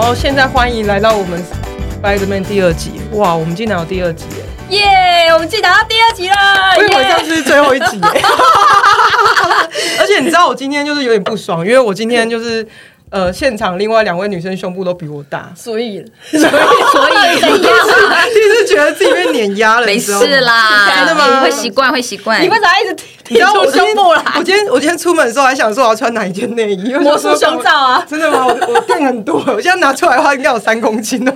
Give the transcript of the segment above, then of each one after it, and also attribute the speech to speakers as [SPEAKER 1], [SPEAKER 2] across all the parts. [SPEAKER 1] 后现在欢迎来到我们 Spiderman 第二集。哇，我们竟然有第二集耶！
[SPEAKER 2] 耶我们进打到第二集了，
[SPEAKER 1] 我以为
[SPEAKER 2] 耶
[SPEAKER 1] 这是最后一集耶。 而且你知道我今天就是有点不爽，因为我今天就是呃，现场另外两位女生胸部都比我大，
[SPEAKER 2] 所以
[SPEAKER 3] 所以怎样？
[SPEAKER 1] 第一次觉得自己被碾压了，
[SPEAKER 3] 没
[SPEAKER 1] 你知道吗
[SPEAKER 3] 事。啦，哎
[SPEAKER 1] 真的吗
[SPEAKER 3] 会习惯，会习惯。
[SPEAKER 2] 哎你为啥一直提
[SPEAKER 1] 你知道
[SPEAKER 2] 出
[SPEAKER 1] 我今
[SPEAKER 2] 胸
[SPEAKER 1] 天，
[SPEAKER 2] 部啦？
[SPEAKER 1] 我今天我今天出门的时候还想说我要穿哪一件内衣，因为
[SPEAKER 2] 魔
[SPEAKER 1] 我想
[SPEAKER 2] 术
[SPEAKER 1] 说
[SPEAKER 2] 胸罩啊，
[SPEAKER 1] 真的吗？我我垫很多，我现在拿出来的话应该有三公斤哦。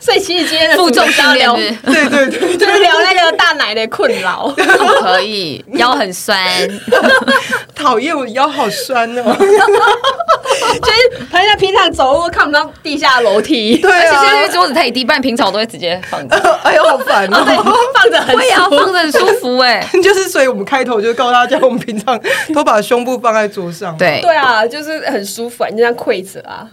[SPEAKER 2] 所以其实今天的
[SPEAKER 3] 负重
[SPEAKER 2] 主题
[SPEAKER 3] 训
[SPEAKER 2] 要聊，
[SPEAKER 3] 练日
[SPEAKER 1] 对对对
[SPEAKER 2] 就
[SPEAKER 1] 对，
[SPEAKER 2] 是聊那个大奶的困扰。
[SPEAKER 3] 不可以，腰很酸。
[SPEAKER 1] 讨厌，我腰好酸哦。
[SPEAKER 2] 就是他在平常走路看不到地下楼梯，
[SPEAKER 1] 对
[SPEAKER 3] 而且
[SPEAKER 1] 啊，
[SPEAKER 3] 现在因为桌子太低，不然平常我都会直接放 着。
[SPEAKER 1] 哎呦，好烦
[SPEAKER 2] 对
[SPEAKER 1] 哦！
[SPEAKER 2] 放着很
[SPEAKER 3] 会啊，放着很舒服哎、
[SPEAKER 1] 就是，所以我们开头就告诉大家，我们平常都把胸部放在桌上。，
[SPEAKER 3] 对，
[SPEAKER 2] 对啊，就是很舒服啊，你就这样跪着 啊，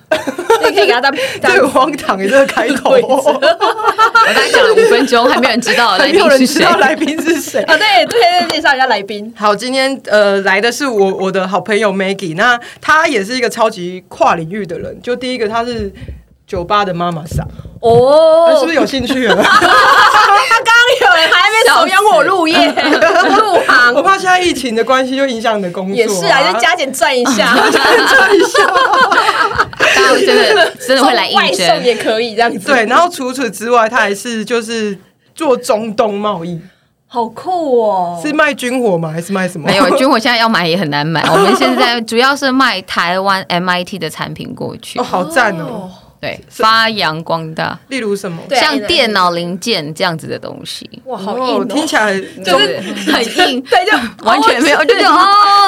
[SPEAKER 2] 你可以给他当当
[SPEAKER 1] 最荒唐的这个开 头
[SPEAKER 2] 跪
[SPEAKER 1] 哦，
[SPEAKER 2] 着。
[SPEAKER 3] 我大概讲了五分钟，还没有人知道来
[SPEAKER 1] 还没
[SPEAKER 3] 宾
[SPEAKER 1] 有人
[SPEAKER 3] 是
[SPEAKER 1] 知
[SPEAKER 3] 谁。
[SPEAKER 1] 道来宾是谁。
[SPEAKER 2] 啊，对对对，介绍一下来宾，
[SPEAKER 1] 好，今天呃来的是我我的好朋友 Maggie，那她也是一个超级跨领域的人。就第一个，她是酒吧的妈妈桑，她
[SPEAKER 2] 哦
[SPEAKER 1] 是不是有兴 趣了？
[SPEAKER 2] 他刚刚有人还没怂恿我 入业入
[SPEAKER 1] 我
[SPEAKER 2] 行，
[SPEAKER 1] 怕现在疫情的关系，就影响你的工作、
[SPEAKER 2] 也是啊，就啊加减赚一 下，
[SPEAKER 1] 加一下。
[SPEAKER 3] 大家真的真的会来应
[SPEAKER 2] 外送
[SPEAKER 3] 征，
[SPEAKER 2] 也可以这样子，
[SPEAKER 1] 对，，然后除此之外，她还是就是做中东贸易，
[SPEAKER 2] 好酷哦，
[SPEAKER 1] 是卖军火吗？还是卖什么？
[SPEAKER 3] 没有军火现在要买也很难买。我们现在主要是卖台湾 MIT 的产品过去
[SPEAKER 1] 哦，，好赞哦！
[SPEAKER 3] 对，发扬光大，
[SPEAKER 1] 例如什么？
[SPEAKER 2] 对啊
[SPEAKER 3] 像电脑零件这样子的东西，
[SPEAKER 2] 哇，好硬
[SPEAKER 1] 哦
[SPEAKER 2] 哦，
[SPEAKER 1] 听起来
[SPEAKER 2] 就
[SPEAKER 1] 中，
[SPEAKER 2] 是
[SPEAKER 3] 很硬，
[SPEAKER 2] 对， 就
[SPEAKER 3] 完全没有，就是哦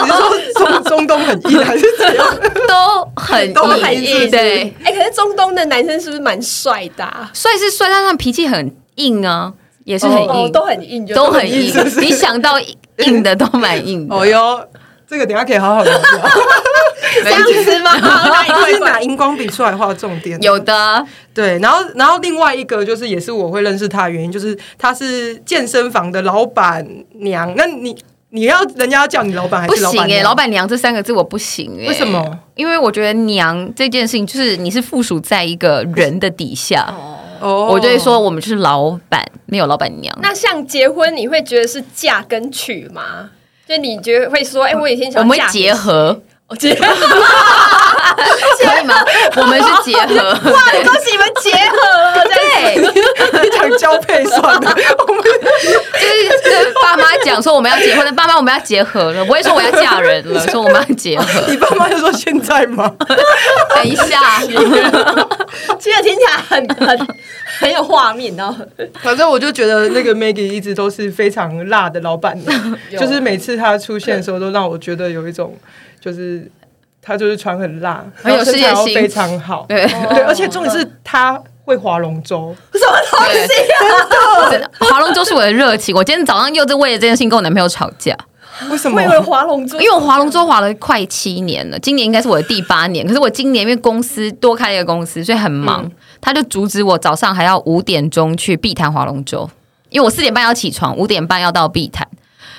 [SPEAKER 1] 你是说中中东很硬还是怎样？
[SPEAKER 3] 都很
[SPEAKER 1] 都很硬
[SPEAKER 3] 硬，对，
[SPEAKER 2] 哎，可是中东的男生是不是蛮帅的啊？
[SPEAKER 3] 帅是帅，但是他们脾气很硬啊，也是很
[SPEAKER 2] 哦，
[SPEAKER 3] 硬，
[SPEAKER 2] 都很硬，就
[SPEAKER 3] 都很
[SPEAKER 1] 硬
[SPEAKER 3] 硬
[SPEAKER 1] 是不是，
[SPEAKER 3] 你想到硬的都蛮硬 的，
[SPEAKER 1] 哦哟，这个等一下可以好好聊聊。
[SPEAKER 2] 这样子 吗？那
[SPEAKER 1] 他
[SPEAKER 2] 一
[SPEAKER 1] 是
[SPEAKER 2] 块
[SPEAKER 1] 拿
[SPEAKER 2] 块
[SPEAKER 1] 荧光笔出来画重点，
[SPEAKER 3] 有的
[SPEAKER 1] 对，然后然后另外一个就是也是我会认识他的原因，就是他是健身房的老板娘。那你你要人家要叫你老板还
[SPEAKER 3] 不
[SPEAKER 1] 是老
[SPEAKER 3] 行
[SPEAKER 1] 板
[SPEAKER 3] 哎、
[SPEAKER 1] 娘？
[SPEAKER 3] 老板娘这三个字我不行哎、
[SPEAKER 1] 为什么？
[SPEAKER 3] 因为我觉得娘这件事情就是你是附属在一个人的底下，
[SPEAKER 1] 哦
[SPEAKER 3] 我就会说我们就是老板，没有老板娘。
[SPEAKER 2] 那像结婚，你会觉得是嫁跟娶吗？就你觉得会说，哎，我以前想
[SPEAKER 3] 我们
[SPEAKER 2] 嫁
[SPEAKER 3] 会
[SPEAKER 2] 给
[SPEAKER 3] 结合，
[SPEAKER 2] 哦结合，
[SPEAKER 3] 可以吗？我们是 结合，
[SPEAKER 2] 哇，恭喜你们结合， 对，
[SPEAKER 1] 你讲交配算了， 我们
[SPEAKER 3] 就是跟爸妈讲说我们要结婚，爸妈我们要结合了，不会说我要嫁人了，说我们要结合。
[SPEAKER 1] 你爸妈就说现在吗？
[SPEAKER 3] 等一下，
[SPEAKER 2] 其实听起来很很 很有画面哦。
[SPEAKER 1] 反正我就觉得那个 Maggie 一直都是非常辣的老板娘，就是每次她出现的时候，都让我觉得有一种就是她就是穿很辣，
[SPEAKER 3] 很有
[SPEAKER 1] 然后身材
[SPEAKER 3] 事业
[SPEAKER 1] 要
[SPEAKER 3] 心
[SPEAKER 1] 非常好。
[SPEAKER 3] 对。
[SPEAKER 1] 对，而且重点是她会划龙舟，
[SPEAKER 2] 什么东西啊？
[SPEAKER 3] 真的划龙舟是我的热情。我今天早上又在为了这件事情跟我男朋友吵架，
[SPEAKER 1] 为什
[SPEAKER 2] 我
[SPEAKER 1] 么
[SPEAKER 2] 以？为划龙珠，
[SPEAKER 3] 因为我划龙舟划了快七年了，今年应该是我的第八年。可是我今年因为公司多开了一个公司，所以很忙，他就阻止我早上还要五点钟去碧潭划龙舟，因为我四点半要起床，五点半要到碧潭，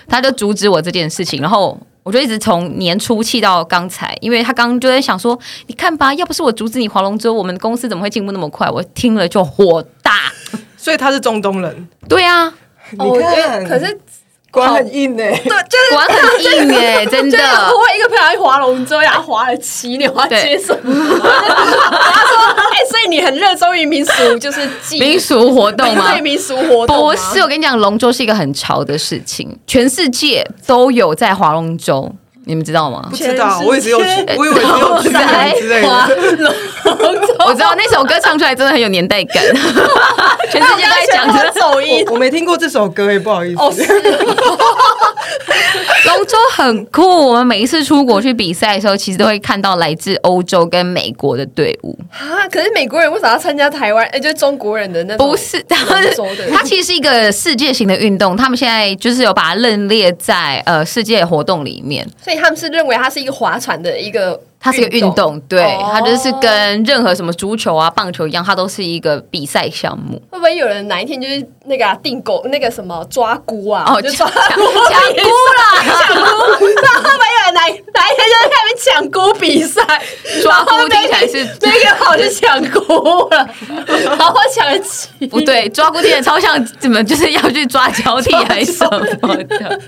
[SPEAKER 3] 他就阻止我这件事情，然后。我就一直从年初气到刚才，因为他刚刚就在想说，你看吧，要不是我阻止你划龙舟，我们公司怎么会进步那么快？我听了就火大。
[SPEAKER 1] 所以她是中东人，
[SPEAKER 3] 对啊，
[SPEAKER 2] 哦
[SPEAKER 1] 你看，
[SPEAKER 2] 可是哦
[SPEAKER 1] 管很硬呢、欸。
[SPEAKER 2] 对，就是。
[SPEAKER 3] 管很硬哎、 真
[SPEAKER 2] 就是
[SPEAKER 3] 的。
[SPEAKER 2] 我有一个朋友去划龙舟，然后划了七年，我要接受。他说：“哎、所以你很热衷于民俗，就是祭
[SPEAKER 3] 民俗活动吗
[SPEAKER 2] 对？民俗活动吗
[SPEAKER 3] 不是，我跟你讲，龙舟是一个很潮的事情，全世界都有在划龙舟，你们知道吗
[SPEAKER 1] 不？知道，我也只有去
[SPEAKER 2] 全世，界
[SPEAKER 1] 我以为只有去
[SPEAKER 3] 在
[SPEAKER 1] 之类
[SPEAKER 2] 划
[SPEAKER 1] 的。
[SPEAKER 2] 龙舟，
[SPEAKER 3] 我知道那首歌唱出来真的很有年代 感，全世
[SPEAKER 2] 我
[SPEAKER 3] 界都在讲
[SPEAKER 2] 他
[SPEAKER 3] 着
[SPEAKER 2] 走音。
[SPEAKER 1] 我我没听过这首歌欸诶、不好意思。
[SPEAKER 2] 哦，是
[SPEAKER 3] 龙舟很酷。我们每一次出国去比赛的时候，其实都会看到来自欧洲跟美国的队伍。
[SPEAKER 2] 啊。可是美国人为啥要参加台湾？哎、就是中国人的那种
[SPEAKER 3] 不是， 它是
[SPEAKER 2] 龙舟的
[SPEAKER 3] 它其实是一个世界型的运动，他们现在就是有把它认列在呃世界活动里面。
[SPEAKER 2] 所以他们是认为它是一个划船的一个
[SPEAKER 3] 它是一个运
[SPEAKER 2] 运
[SPEAKER 3] 动，对，
[SPEAKER 2] 哦
[SPEAKER 3] 它就是跟任何什么足球啊、棒球一样，它都是一个比赛项目。
[SPEAKER 2] 会不会有人哪一天就是那个、啊、订狗那个什么抓菇啊？
[SPEAKER 3] 哦
[SPEAKER 2] 就抓
[SPEAKER 3] 抢抢
[SPEAKER 2] 菇
[SPEAKER 3] 抢 菇
[SPEAKER 2] 啦，抢 菇。那会不会有人哪哪一天就在那边抢菇比赛？
[SPEAKER 3] 抓
[SPEAKER 2] 然
[SPEAKER 3] 菇
[SPEAKER 2] 后那
[SPEAKER 3] 听起来是
[SPEAKER 2] 那个跑去抢菇了，然后抢了几
[SPEAKER 3] 不对，抓固定的超像怎么就是要去抓交替还是什么的？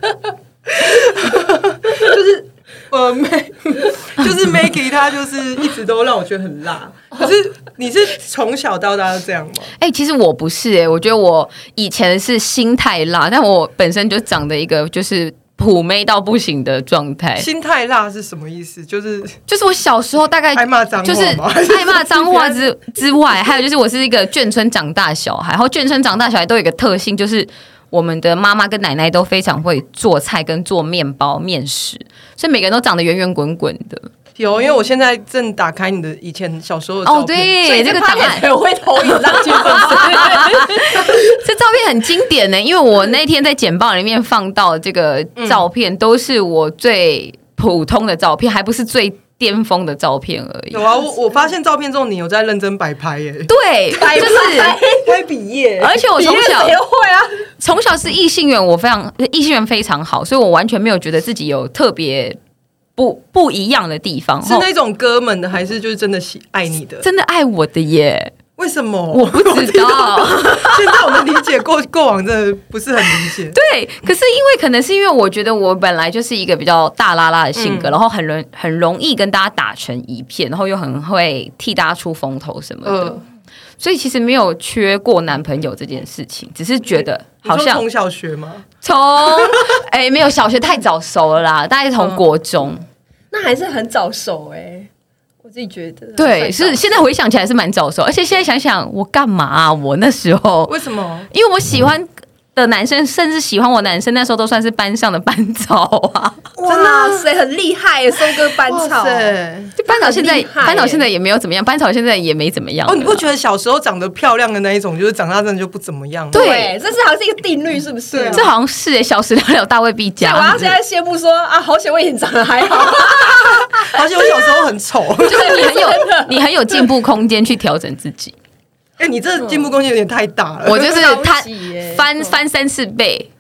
[SPEAKER 1] 呃，妹， 就是 Maggie，她就是一直都让我觉得很辣。可是你是从小到大都这样吗？
[SPEAKER 3] 哎、其实我不是哎、我觉得我以前是心太辣，但我本身就长得一个就是普妹到不行的状态。
[SPEAKER 1] 心太辣是什么意思？就是
[SPEAKER 3] 就是我小时候大概
[SPEAKER 1] 爱骂脏话
[SPEAKER 3] 就 是
[SPEAKER 1] 吗
[SPEAKER 3] 爱骂脏话之之外，还有就是我是一个眷村长大小孩，然后眷村长大小孩都有一个特性，就是我们的妈妈跟奶奶都非常会做菜跟做面包面食，所以每个人都长得圆圆滚滚 的。
[SPEAKER 1] 有，因为我现在正打开你的以前小时候的照
[SPEAKER 3] 哦，
[SPEAKER 1] 片，
[SPEAKER 3] 对，这个档案
[SPEAKER 2] 我会投影上去，是不是？
[SPEAKER 3] 这照片很经典欸呢、因为我那天在简报里面放到这个照片，都是我最普通的照片，还不是最巅峰的照片而已
[SPEAKER 1] 有。啊，我我发现照片中你有在认真摆拍耶、
[SPEAKER 3] 对， 就是，
[SPEAKER 1] 拍毕业
[SPEAKER 3] 而且我从小
[SPEAKER 2] 别人谁会啊？
[SPEAKER 3] 从小是异性缘，我非常异性缘非常好，所以我完全没有觉得自己有特别不不一样的地方。
[SPEAKER 1] 是
[SPEAKER 3] 吼
[SPEAKER 1] 那种哥们的，还是就是真的喜爱你的？
[SPEAKER 3] 真的爱我的耶，
[SPEAKER 1] 为什么？
[SPEAKER 3] 我不知道。
[SPEAKER 1] 现在我们理解过过往真的不是很理解。
[SPEAKER 3] 对，可是因为可能是因为我觉得我本来就是一个比较大拉拉的性
[SPEAKER 1] 嗯
[SPEAKER 3] 格，然后很容很容易跟大家打成一片，然后又很会替大家出风头什么的，
[SPEAKER 1] 呃，
[SPEAKER 3] 所以其实没有缺过男朋友这件事情，只是觉得
[SPEAKER 1] 你说
[SPEAKER 3] 好像
[SPEAKER 1] 从小学吗？
[SPEAKER 3] 从 哎、没有小学太早熟了啦，大概从
[SPEAKER 1] 嗯
[SPEAKER 3] 国中，
[SPEAKER 2] 那还是很早熟哎、我自己觉得
[SPEAKER 3] 对，
[SPEAKER 2] 算
[SPEAKER 3] 是
[SPEAKER 2] 早
[SPEAKER 3] 现在回想起来是蛮早熟，而且现在想想我干嘛啊、我那时候
[SPEAKER 1] 为什么？
[SPEAKER 3] 因为我喜欢。的男生甚至喜欢我，男生那时候都算是班上的班草啊。
[SPEAKER 1] 真的啊
[SPEAKER 2] 哇塞，很厉害耶，松哥班
[SPEAKER 1] 哇
[SPEAKER 2] 草。
[SPEAKER 1] 塞！
[SPEAKER 3] 就班草现在
[SPEAKER 2] 很厉害耶
[SPEAKER 3] 班草现在也没有怎么样，班草现在也没怎么样了。
[SPEAKER 1] 哦，你不觉得小时候长得漂亮的那一种，就是长大真的就不怎么样？
[SPEAKER 3] 对
[SPEAKER 2] 对，这是好像是一个定律，是不是？
[SPEAKER 1] 对啊
[SPEAKER 3] 这好像是哎、小时了了，大未必
[SPEAKER 2] 对，
[SPEAKER 3] 佳。
[SPEAKER 2] 我要现在羡慕说啊，好险我以前长得还好，
[SPEAKER 1] 而且我小时候很丑。
[SPEAKER 3] 就是你很有你很有进步空间去调整自己。
[SPEAKER 1] 哎，你这进步空间有点太大了。
[SPEAKER 3] 我就是
[SPEAKER 2] 高
[SPEAKER 3] 他
[SPEAKER 2] 级耶嗯
[SPEAKER 3] 翻翻三四倍。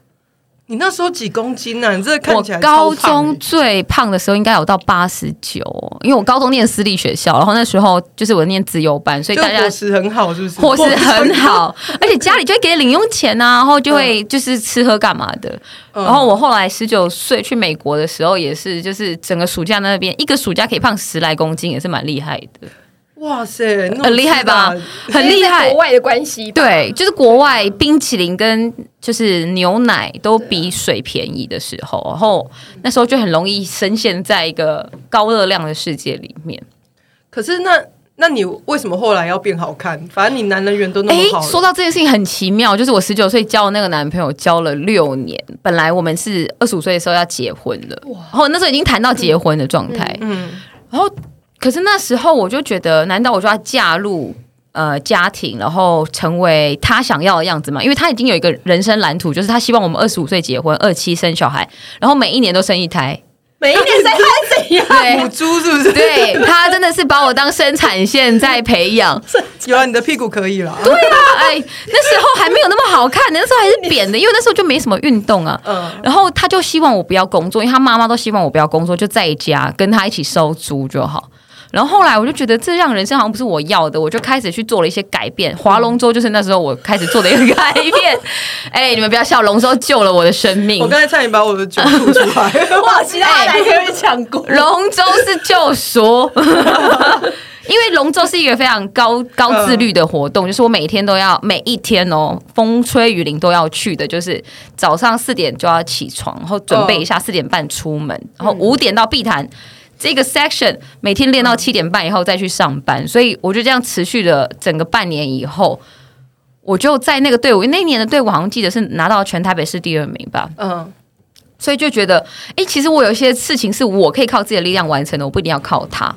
[SPEAKER 1] 你那时候几公斤啊呢？你这看
[SPEAKER 3] 我
[SPEAKER 1] 起来
[SPEAKER 3] 高
[SPEAKER 1] 超胖欸
[SPEAKER 3] 中最胖的时候应该有到八十九，因为我高中念私立学校，然后那时候就是我念自由班，所以
[SPEAKER 1] 就
[SPEAKER 3] 大家
[SPEAKER 1] 伙食很好，是不是？
[SPEAKER 3] 伙食很好， 而且家里就会给零用钱啊，然后就会就是吃喝干嘛的。
[SPEAKER 1] 嗯
[SPEAKER 3] 然后我后来十九岁去美国的时候，也是就是整个暑假那边一个暑假可以胖十来公斤，也是蛮厉害的，
[SPEAKER 1] 哇塞，那种
[SPEAKER 3] 很厉害吧
[SPEAKER 1] 吃法？
[SPEAKER 3] 很厉
[SPEAKER 2] 因为在
[SPEAKER 3] 害
[SPEAKER 2] 国。外的关系，，
[SPEAKER 3] 对，就是国外冰淇淋跟就是牛奶都比水便宜的时候，然后那时候就很容易深陷在一个高热量的世界里面。
[SPEAKER 1] 可是那那你为什么后来要变好看？反正你男人缘都那
[SPEAKER 3] 哎
[SPEAKER 1] 么好，，
[SPEAKER 3] 说到这件事情很奇妙，就是我十九岁交的那个男朋友交了六年，本来我们是二十五岁的时候要结婚了，然后那时候已经谈到结婚的状态，
[SPEAKER 1] 嗯，
[SPEAKER 3] 然后可是那时候我就觉得，难道我就要嫁入呃家庭，然后成为他想要的样子吗？因为他已经有一个人生蓝图，就是他希望我们二十五岁结婚，二七生小孩，然后每一年都生一胎，
[SPEAKER 2] 每一 年在还怎样？
[SPEAKER 1] 母
[SPEAKER 3] 对。
[SPEAKER 1] 猪是不是？
[SPEAKER 3] 对他真的是把我当生产线在培养，
[SPEAKER 1] 有啊，你的屁股可以啦。
[SPEAKER 3] 对啊，哎，那时候还没有那么好看，那时候还是扁的，因为那时候就没什么运动啊。
[SPEAKER 1] 嗯，
[SPEAKER 3] 然后他就希望我不要工作，因为他妈妈都希望我不要工作，就在家跟他一起收租就好。然后后来我就觉得这样人生好像不是我要的，我就开始去做了一些改变。划龙舟就是那时候我开始做的一个改变。哎，你们不要笑，龙舟救了我的生命
[SPEAKER 1] 我。刚才差点把我的酒吐出来。
[SPEAKER 2] 我好期待
[SPEAKER 3] 哎
[SPEAKER 2] 哪一天会抢过。
[SPEAKER 3] 龙舟是救赎， 因为龙舟是一个非常高高自律的活动，就是我每天都要每一天哦，风吹雨淋都要去的，就是早上四点就要起床，然后准备一下四点半出门，然后五点到碧潭。这个 section 每天练到七点半以后再去上班，所以我就这样持续了整个半年以后，我就在那个队伍，那一年的队伍好像记得是拿到全台北市第二名吧，
[SPEAKER 1] 嗯，
[SPEAKER 3] 所以就觉得，哎、其实我有一些事情是我可以靠自己的力量完成的，我不一定要靠他。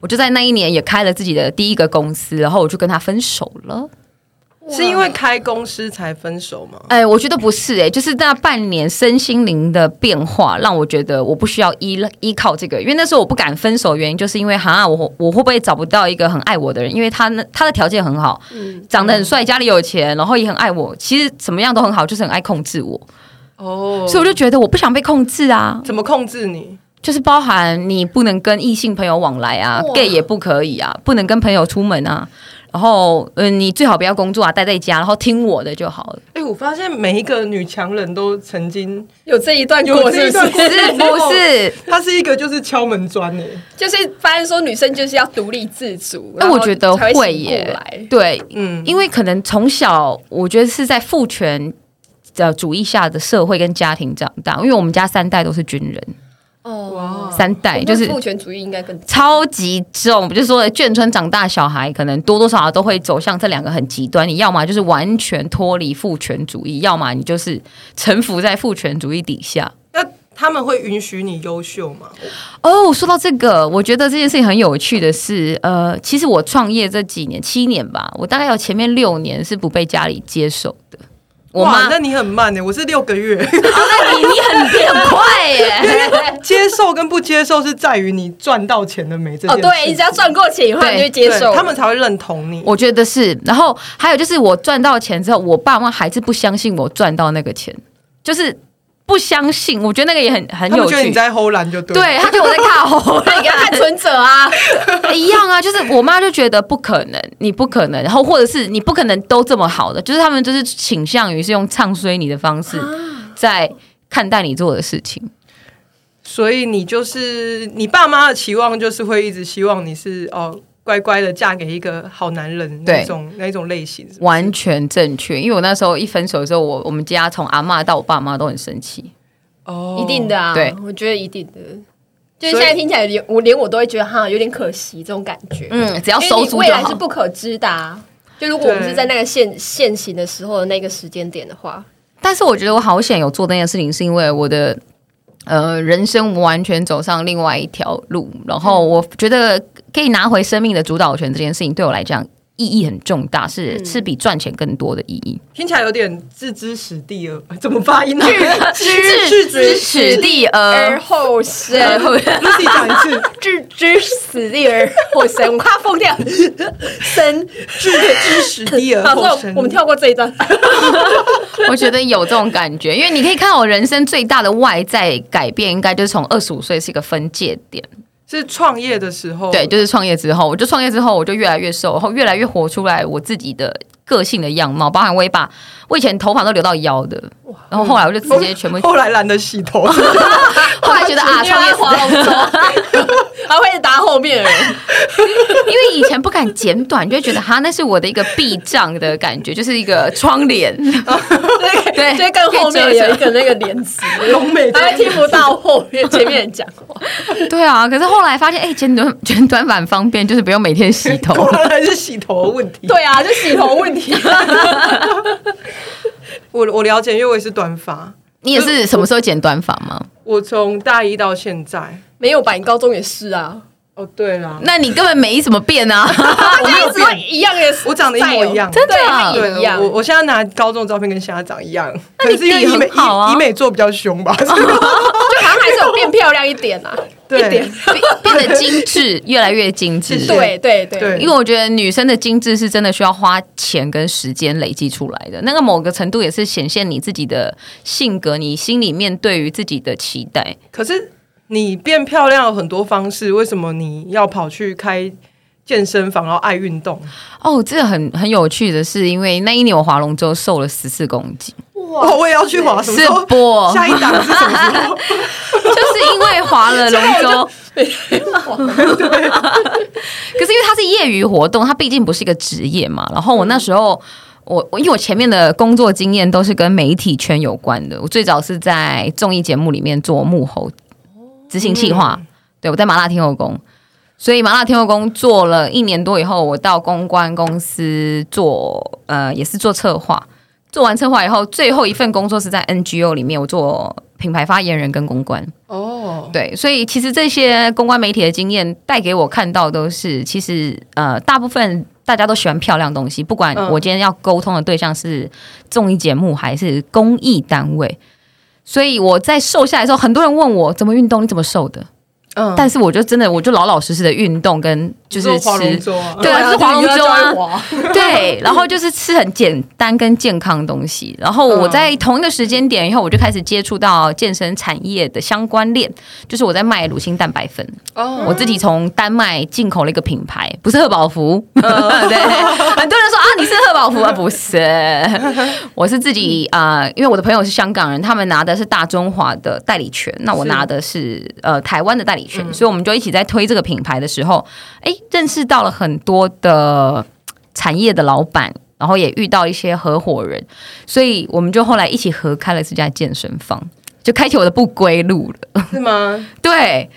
[SPEAKER 3] 我就在那一年也开了自己的第一个公司，然后我就跟他分手了。
[SPEAKER 1] 是因为开公司才分手吗？
[SPEAKER 3] 哎，我觉得不是哎、就是那半年身心灵的变化，让我觉得我不需要依依靠这个，因为那时候我不敢分手，原因就是因为哈，我我会不会找不到一个很爱我的人？因为他那他的条件很好，长得很帅，家里有钱，然后也很爱我，其实怎么样都很好，就是很爱控制我，
[SPEAKER 1] 哦，
[SPEAKER 3] 所以我就觉得我不想被控制啊，
[SPEAKER 1] 怎么控制你？
[SPEAKER 3] 就是包含你不能跟异性朋友往来啊
[SPEAKER 2] 哇
[SPEAKER 3] ，gay 也不可以啊，不能跟朋友出门啊，然后嗯、呃你最好不要工作啊，待在家，然后听我的就好 了。
[SPEAKER 1] 哎、我发现每一个女强人都曾经，
[SPEAKER 2] 有这一段
[SPEAKER 1] 有
[SPEAKER 2] 过
[SPEAKER 1] 这
[SPEAKER 2] 是
[SPEAKER 1] 一
[SPEAKER 2] 不
[SPEAKER 1] 段
[SPEAKER 2] 是？
[SPEAKER 1] 过
[SPEAKER 3] 是不是？
[SPEAKER 1] 她是一个就是敲门砖欸诶、
[SPEAKER 2] 就是发现说女生就是要独立自主，
[SPEAKER 3] 哎，
[SPEAKER 2] 然后
[SPEAKER 3] 我觉得
[SPEAKER 2] 才
[SPEAKER 3] 会
[SPEAKER 2] 醒过
[SPEAKER 3] 耶
[SPEAKER 2] 来，。
[SPEAKER 3] 对，
[SPEAKER 1] 嗯，
[SPEAKER 3] 因为可能从小我觉得是在父权的主义下的社会跟家庭长大，因为我们家三代都是军人，
[SPEAKER 2] 哦，
[SPEAKER 3] 三代就是
[SPEAKER 2] 父权主义应该更
[SPEAKER 3] 超级重，就是说眷村长大小孩，可能多多少少都会走向这两个很极端。你要么就是完全脱离父权主义，要么你就是臣服在父权主义底下。
[SPEAKER 1] 那他们会允许你优秀吗？
[SPEAKER 3] 哦，说到这个，我觉得这件事情很有趣的是，呃，其实我创业这几年七年吧，我大概有前面六年是不被家里接受的。我
[SPEAKER 1] 哇
[SPEAKER 3] 妈，
[SPEAKER 1] 那你很慢欸诶、我是六个月，
[SPEAKER 3] 那你你很你很快耶，
[SPEAKER 1] 接受跟不接受是在于你赚到钱了没这件
[SPEAKER 2] 哦，
[SPEAKER 1] 事。
[SPEAKER 2] 对， 你只要赚过钱以后，
[SPEAKER 3] 对
[SPEAKER 2] 你就接受
[SPEAKER 1] 对他们才会认同你。
[SPEAKER 3] 我觉得是。然后还有就是我赚到钱之后，我爸妈还是不相信我赚到那个钱，就是不相信。我觉得那个也很很
[SPEAKER 1] 他们
[SPEAKER 3] 有
[SPEAKER 1] 觉得你
[SPEAKER 3] 趣。
[SPEAKER 1] 在偷懒就对了。
[SPEAKER 3] 对他觉得我在 看红
[SPEAKER 2] 那你给他看存折啊，
[SPEAKER 3] 一样啊，就是我妈就觉得不可能，你不可能，然后或者是你不可能都这么好的，就是他们就是倾向于是用唱衰你的方
[SPEAKER 2] 啊
[SPEAKER 3] 式在看待你做的事情。
[SPEAKER 1] 所以你就是你爸妈的期望，就是会一直希望你是哦乖乖的嫁给一个好男人
[SPEAKER 3] 对
[SPEAKER 1] 那种那一种类型。是吧
[SPEAKER 3] 完全正确，因为我那时候一分手的时候，我我们家从阿嬷到我爸妈都很生气。
[SPEAKER 1] 哦
[SPEAKER 2] 一定的啊，
[SPEAKER 3] 对
[SPEAKER 2] 我觉得一定的。就是
[SPEAKER 1] 所以
[SPEAKER 2] 现在听起来，连我连我都会觉得哈有点可惜这种感觉。
[SPEAKER 3] 嗯，只要
[SPEAKER 2] 因
[SPEAKER 3] 收
[SPEAKER 2] 为你
[SPEAKER 3] 租
[SPEAKER 2] 未
[SPEAKER 3] 就
[SPEAKER 2] 来是
[SPEAKER 3] 好。
[SPEAKER 2] 不可知的、啊。就如果我们是在那个现现行的时候的那个时间点的话，
[SPEAKER 3] 但是我觉得我好险有做那件事情，是因为我的呃人生完全走上另外一条路，然后我觉得可以拿回生命的主导权这件事情，对我来讲意义很重大，是、是比赚钱更多的意义。
[SPEAKER 1] 听起来有点置之死地而怎么发音呢、
[SPEAKER 3] 置之死地
[SPEAKER 2] 而
[SPEAKER 3] 而
[SPEAKER 2] 后生，
[SPEAKER 1] 自己讲一次，
[SPEAKER 2] 置之死地而后生，我快要疯掉，生。
[SPEAKER 1] 置之死地而
[SPEAKER 2] 好，
[SPEAKER 1] 后
[SPEAKER 2] 那
[SPEAKER 1] 生。
[SPEAKER 2] 我们跳过这一段。
[SPEAKER 3] 我觉得有这种感觉，因为你可以看到我人生最大的外在改变，应该就是从二十五岁是一个分界点。
[SPEAKER 1] 是创业的时候，
[SPEAKER 3] 对，就是创业之后，我就创业之后，我就越来越瘦，然后越来越活出来我自己的个性的样貌，包含我也把我以前头发都留到腰的，然后后来我就直接 全部，
[SPEAKER 1] 后来懒得洗 头，
[SPEAKER 3] 后来觉 得啊，创业
[SPEAKER 2] 划龙舟， 还会打后面了。
[SPEAKER 3] 因为以前不敢剪短，就会觉得哈，那是我的一个避障的感觉，就是一个窗帘，对
[SPEAKER 2] 就更后面有一个那个帘子，
[SPEAKER 1] 浓眉
[SPEAKER 2] 他会 听不到后面前面人讲话。
[SPEAKER 3] 对啊。可是后来发现，哎、剪短 剪短板方便，就是不用每天洗 头。
[SPEAKER 1] 果然还是洗头的问题。
[SPEAKER 2] 对啊，就洗头问题。
[SPEAKER 1] 我我了解，因为我也是短发，
[SPEAKER 3] 你也是什么时候剪短发吗？
[SPEAKER 1] 我从大一到现在。
[SPEAKER 2] 没有吧？你高中也是啊，
[SPEAKER 1] 哦，对啦，
[SPEAKER 3] 那你根本没怎么变啊！
[SPEAKER 2] 我们一直都一样的，
[SPEAKER 1] 我长得一模一样
[SPEAKER 2] 哦对
[SPEAKER 3] 真的啊
[SPEAKER 2] 一模一
[SPEAKER 1] 对，
[SPEAKER 2] 样
[SPEAKER 1] 我。我现在拿高中的照片跟现在长一样，
[SPEAKER 3] 那
[SPEAKER 1] 可
[SPEAKER 3] 你
[SPEAKER 1] 能是因为
[SPEAKER 3] 自己
[SPEAKER 1] 医美
[SPEAKER 3] 很好啊
[SPEAKER 1] 医医美做比较凶吧。
[SPEAKER 2] 就好像还是有变漂亮一点啊，
[SPEAKER 1] 对
[SPEAKER 2] 一点，
[SPEAKER 3] 变得精致，越来越精致。
[SPEAKER 1] 是
[SPEAKER 2] 对对对，
[SPEAKER 1] 对
[SPEAKER 3] 因为我觉得女生的精致是真的需要花钱跟时间累积出来的，那个某个程度也是显现你自己的性格，你心里面对于自己的期待。
[SPEAKER 1] 可是你变漂亮有很多方式，为什么你要跑去开健身房，然后爱运动？
[SPEAKER 3] 哦，这很很有趣的是，因为那一年我划龙舟瘦了十四公斤，
[SPEAKER 1] 哇，哦我也要去滑，什么时候
[SPEAKER 3] 是不
[SPEAKER 1] 下一档是什么 时候？
[SPEAKER 3] 就是因为划了龙舟。 可是因为它是业余活动，它毕竟不是一个职业嘛。然后我那时候，我我因为我前面的工作经验都是跟媒体圈有关的，我最早是在综艺节目里面做幕后执行企划，对我在麻辣天后宫。所以麻辣天后宫做了一年多以后，我到公关公司做，呃，也是做策划。做完策划以后，最后一份工作是在 NGO 里面，我做品牌发言人跟公关。
[SPEAKER 1] 哦，
[SPEAKER 3] 对，所以其实这些公关媒体的经验带给我看到都是，其实呃，大部分大家都喜欢漂亮东西，不管
[SPEAKER 1] 嗯
[SPEAKER 3] 我今天要沟通的对象是综艺节目还是公益单位。所以我在瘦下来的时候，很多人问我怎么运动，你怎么瘦的？
[SPEAKER 1] 嗯，
[SPEAKER 3] 但是我就真的，我就老老实实的运动跟就是
[SPEAKER 1] 华龙
[SPEAKER 3] 吃，
[SPEAKER 1] 舟啊，
[SPEAKER 3] 对啊，就是划龙舟啊，
[SPEAKER 2] 啊，
[SPEAKER 3] 对，然后就是吃很简单跟健康的东西。然后我在同一个时间点以后，我就开始接触到健身产业的相关链，就是我在卖乳清蛋白粉，
[SPEAKER 1] 哦
[SPEAKER 3] 我自己从丹麦进口了一个品牌，不是贺宝福。 对，很多人说啊，你是贺宝福啊，不是， 我是自己啊、呃因为我的朋友是香港人，他们拿的是大中华的代理权，那我
[SPEAKER 1] 是
[SPEAKER 3] 拿的是呃台湾的代理权，所以我们就一起在推这个品牌的时候，哎，认识到了很多的产业的老板。然后也遇到一些合伙人，所以我们就后来一起合开了这家健身房，就开启我的不归路了。
[SPEAKER 1] 是吗？
[SPEAKER 3] 对，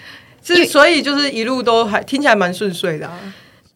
[SPEAKER 1] 是，所以就是一路都还听起来蛮顺遂的啊。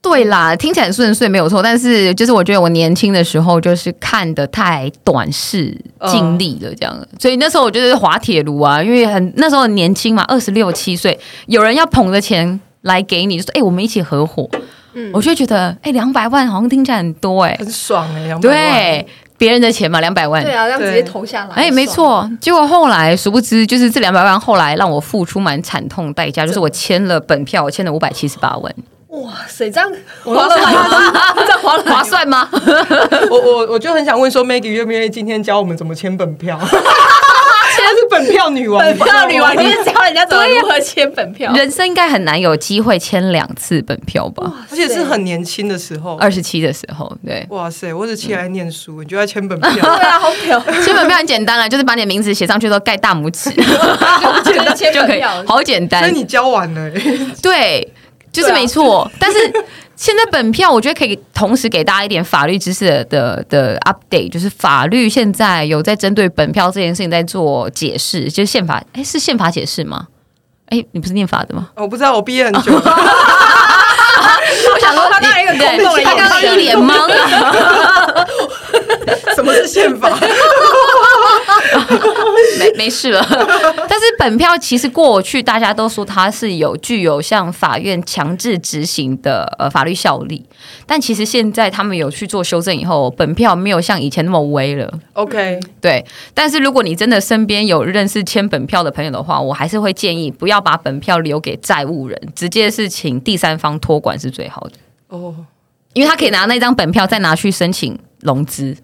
[SPEAKER 3] 对啦，听起来很顺遂没有错，但是就是我觉得我年轻的时候就是看的太短视、尽力了这样，所以那时候我就是滑铁卢啊，因为很那时候很年轻嘛，二十六七岁，有人要捧着钱来给你，就说哎、我们一起合伙，
[SPEAKER 2] 嗯
[SPEAKER 3] 我就会觉得哎，两、百万好像听起来很多哎、
[SPEAKER 1] 很爽哎、欸，
[SPEAKER 3] 对，别人的钱嘛，两百万，
[SPEAKER 2] 对啊，这样直接
[SPEAKER 1] 对
[SPEAKER 2] 投下来，
[SPEAKER 3] 哎、没错。结果后来，殊不知，就是这两百万后来让我付出蛮惨痛代价，就是我签了本票，我签了五百七十八 万，
[SPEAKER 2] 哇塞，这样
[SPEAKER 1] 划
[SPEAKER 2] 划
[SPEAKER 1] 算
[SPEAKER 2] 算 吗？这样划
[SPEAKER 3] 划算 吗？
[SPEAKER 1] 我我我就很想问说，Maggie 愿不愿意今天教我们怎么签本票？她是本票女王，
[SPEAKER 2] 本票女王，啊你是教人家怎么如何签本票？
[SPEAKER 3] 人生应该很难有机会签两次本票吧？
[SPEAKER 1] 而且是很年轻的时候。。
[SPEAKER 3] 二十七的时候，对
[SPEAKER 1] 哇塞，我只期
[SPEAKER 3] 嗯
[SPEAKER 1] 来念书，你就要签本票，
[SPEAKER 2] 对啊，好屌，
[SPEAKER 3] 签本票很简单了，啊就是把你的名字写上去之后盖大拇 指
[SPEAKER 2] 就是签
[SPEAKER 3] 就
[SPEAKER 2] 本
[SPEAKER 3] 可以
[SPEAKER 2] 票，，
[SPEAKER 3] 好简
[SPEAKER 1] 所
[SPEAKER 3] 单
[SPEAKER 1] 以。你教完了、欸。
[SPEAKER 3] 对，就是
[SPEAKER 2] 对啊
[SPEAKER 3] 没错。 但是现在本票，我觉得可以同时给大家一点法律知识的的的 update，就是法律现在有在针对本票这件事情在做解释，就是宪法，哎，是宪法解释吗？哎，你不是念法的 吗？
[SPEAKER 1] 哦我不知道，我毕业很 久了，
[SPEAKER 3] 我想说
[SPEAKER 2] 他刚才一个空洞的
[SPEAKER 3] 对他刚刚一脸懵。
[SPEAKER 1] 什么是宪 法？
[SPEAKER 3] 没没事了。但是本票其实过去大家都说它是有具有像法院强制执行的呃法律效力，但其实现在他们有去做修正以后，本票没有像以前那么威了。
[SPEAKER 1] OK，
[SPEAKER 3] 对，但是如果你真的身边有认识签本票的朋友的话，我还是会建议不要把本票留给债务人，直接是请第三方托管是最好的，
[SPEAKER 1] 哦，
[SPEAKER 3] 因为他可以拿那张本票再拿去申请融资，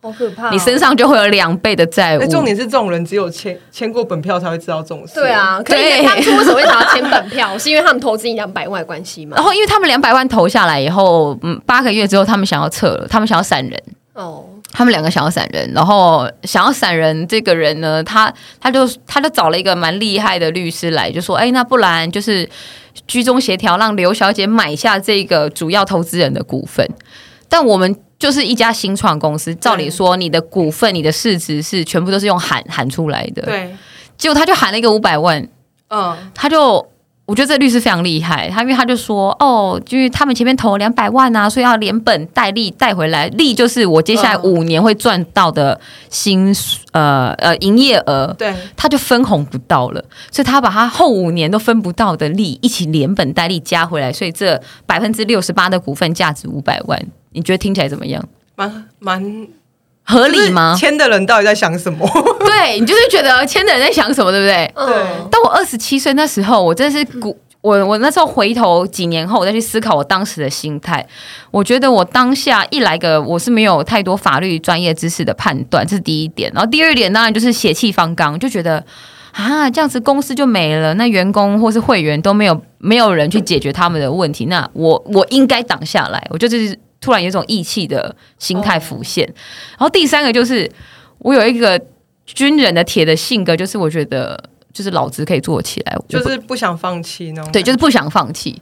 [SPEAKER 2] 好可怕哦。
[SPEAKER 3] 你身上就会有两倍的债务。
[SPEAKER 1] 嗯哎、重点是这种人只有签签过本票才会知道这种事。
[SPEAKER 2] 对，啊，可
[SPEAKER 3] 对
[SPEAKER 2] 是当初为什么会想要签本票？是因为他们投资你两百万的关系吗
[SPEAKER 3] 然？后，因为他们两百万投下来以后，嗯，八个月之后，他们想要撤了，他们想要闪人，
[SPEAKER 2] 哦，
[SPEAKER 3] 他们两个想要闪人，然后想要闪人这个人呢，他他就他就找了一个蛮厉害的律师来，就说，哎，那不然就是居中协调，让刘小姐买下这个主要投资人的股份，但我们。就是一家新创公司，照理说你的股份、你的市值是全部都是用喊喊出来的。，
[SPEAKER 1] 对，
[SPEAKER 3] 结果他就喊了一个五百万，
[SPEAKER 1] 嗯，
[SPEAKER 3] 他就我觉得这律师非常厉害，他因为他就说哦，就是他们前面投了两百万啊，所以要连本带利带回来，利就是我接下来
[SPEAKER 1] 嗯
[SPEAKER 3] 五年会赚到的薪水呃呃营业额。
[SPEAKER 1] 对，
[SPEAKER 3] 他就分红不到了，所以他把他后五年都分不到的利一起连本带利加回来，所以这百分之六十八的股份价值五百万，你觉得听起来怎么样？
[SPEAKER 1] 蛮蛮
[SPEAKER 3] 合理吗
[SPEAKER 1] 就是？签的人到底在想什么？
[SPEAKER 3] 对你就是 觉得签的人在想什么，对不对？
[SPEAKER 2] 嗯，
[SPEAKER 3] 当我二十七岁那时候，我真的是鼓。我我那时候回头几年后，我再去思考我当时的心态，我觉得我当下一来个我是没有太多法律专业知识的判断，这是第一点。然后第二点当然就是血气方刚，就觉得啊这样子公司就没了，那员工或是会员都没有没有人去解决他们的问题，那我我应该挡下来。我就就是突然有一种义气的心态浮现。然后第三个就是我有一个军人的铁的性格，就是我觉得就是老子可以做起来，我
[SPEAKER 1] 就是不想放弃那种。
[SPEAKER 3] 对，就是不想放弃。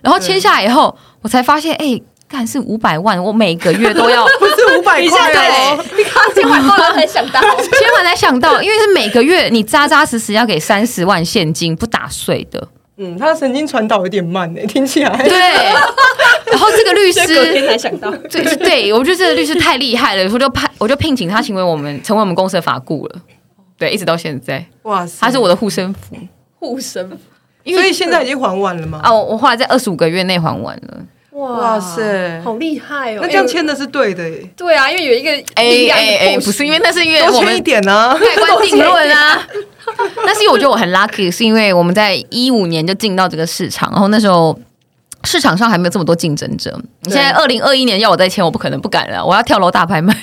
[SPEAKER 3] 然后签下来以后，我才发现，哎、干是五百万，我每个月都 要
[SPEAKER 1] 不是五百
[SPEAKER 2] 你现
[SPEAKER 1] 块
[SPEAKER 2] 在
[SPEAKER 1] 哦，
[SPEAKER 2] 你刚刚签完后来才想到，
[SPEAKER 3] 签完才想到，因为是每个月你扎扎实实要给三十万现金，不打税的。
[SPEAKER 1] 嗯，他神经传导有点慢诶、听起来
[SPEAKER 3] 对。然后这个律
[SPEAKER 2] 所以隔
[SPEAKER 3] 师，
[SPEAKER 2] 天才想到，
[SPEAKER 3] 对对，我觉得这个律师太厉害了，我就派我就聘请他成为我们成为我们公司的法顾了。对，一直到现在，
[SPEAKER 1] 哇塞，
[SPEAKER 3] 他是我的护身符。
[SPEAKER 2] 护身
[SPEAKER 1] 所以现在已经还完了吗？
[SPEAKER 3] 哦啊，我我后来在二十五个月内还完了。
[SPEAKER 1] 哇塞，
[SPEAKER 2] 好厉害哦！
[SPEAKER 1] 那这样签的是对的耶，
[SPEAKER 2] 对啊，因为有一个力
[SPEAKER 3] 哎
[SPEAKER 2] 量
[SPEAKER 3] 哎哎，
[SPEAKER 2] 的 push
[SPEAKER 3] 不是因为那是因为
[SPEAKER 1] 多
[SPEAKER 3] 我
[SPEAKER 1] 签一
[SPEAKER 3] 们
[SPEAKER 1] 点 啊！
[SPEAKER 3] 盖棺定论啊。 但是因为我觉得我很 lucky，是因为我们在一五年就进到这个市场，然后那时候市场上还没有这么多竞争者。你
[SPEAKER 1] 对
[SPEAKER 3] 现在二零二一年要我再签，我不可能不敢了，我要跳楼大拍卖，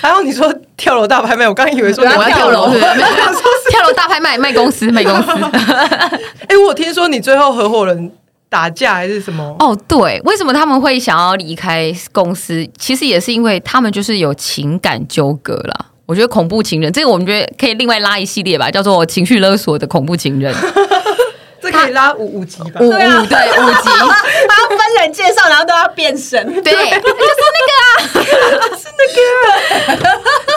[SPEAKER 1] 还有你说跳楼大拍卖，我刚以为说
[SPEAKER 3] 我
[SPEAKER 1] 你
[SPEAKER 3] 要跳楼，
[SPEAKER 1] 哎
[SPEAKER 3] 对没有跳楼大拍卖，卖公司，卖公司。
[SPEAKER 1] 哎、我听说你最后合伙人打架还是什么？
[SPEAKER 3] 哦，对，为什么他们会想要离开公司？其实也是因为他们就是有情感纠葛啦。我觉得恐怖情人这个，我们觉得可以另外拉一系列吧，叫做情绪勒索的恐怖情人
[SPEAKER 1] 这可以拉五五级吧
[SPEAKER 3] 五？五对五
[SPEAKER 2] 啊
[SPEAKER 3] 级，
[SPEAKER 2] 他要分人介绍，然后都要变身。
[SPEAKER 3] 对，就是那个啊，是那 个，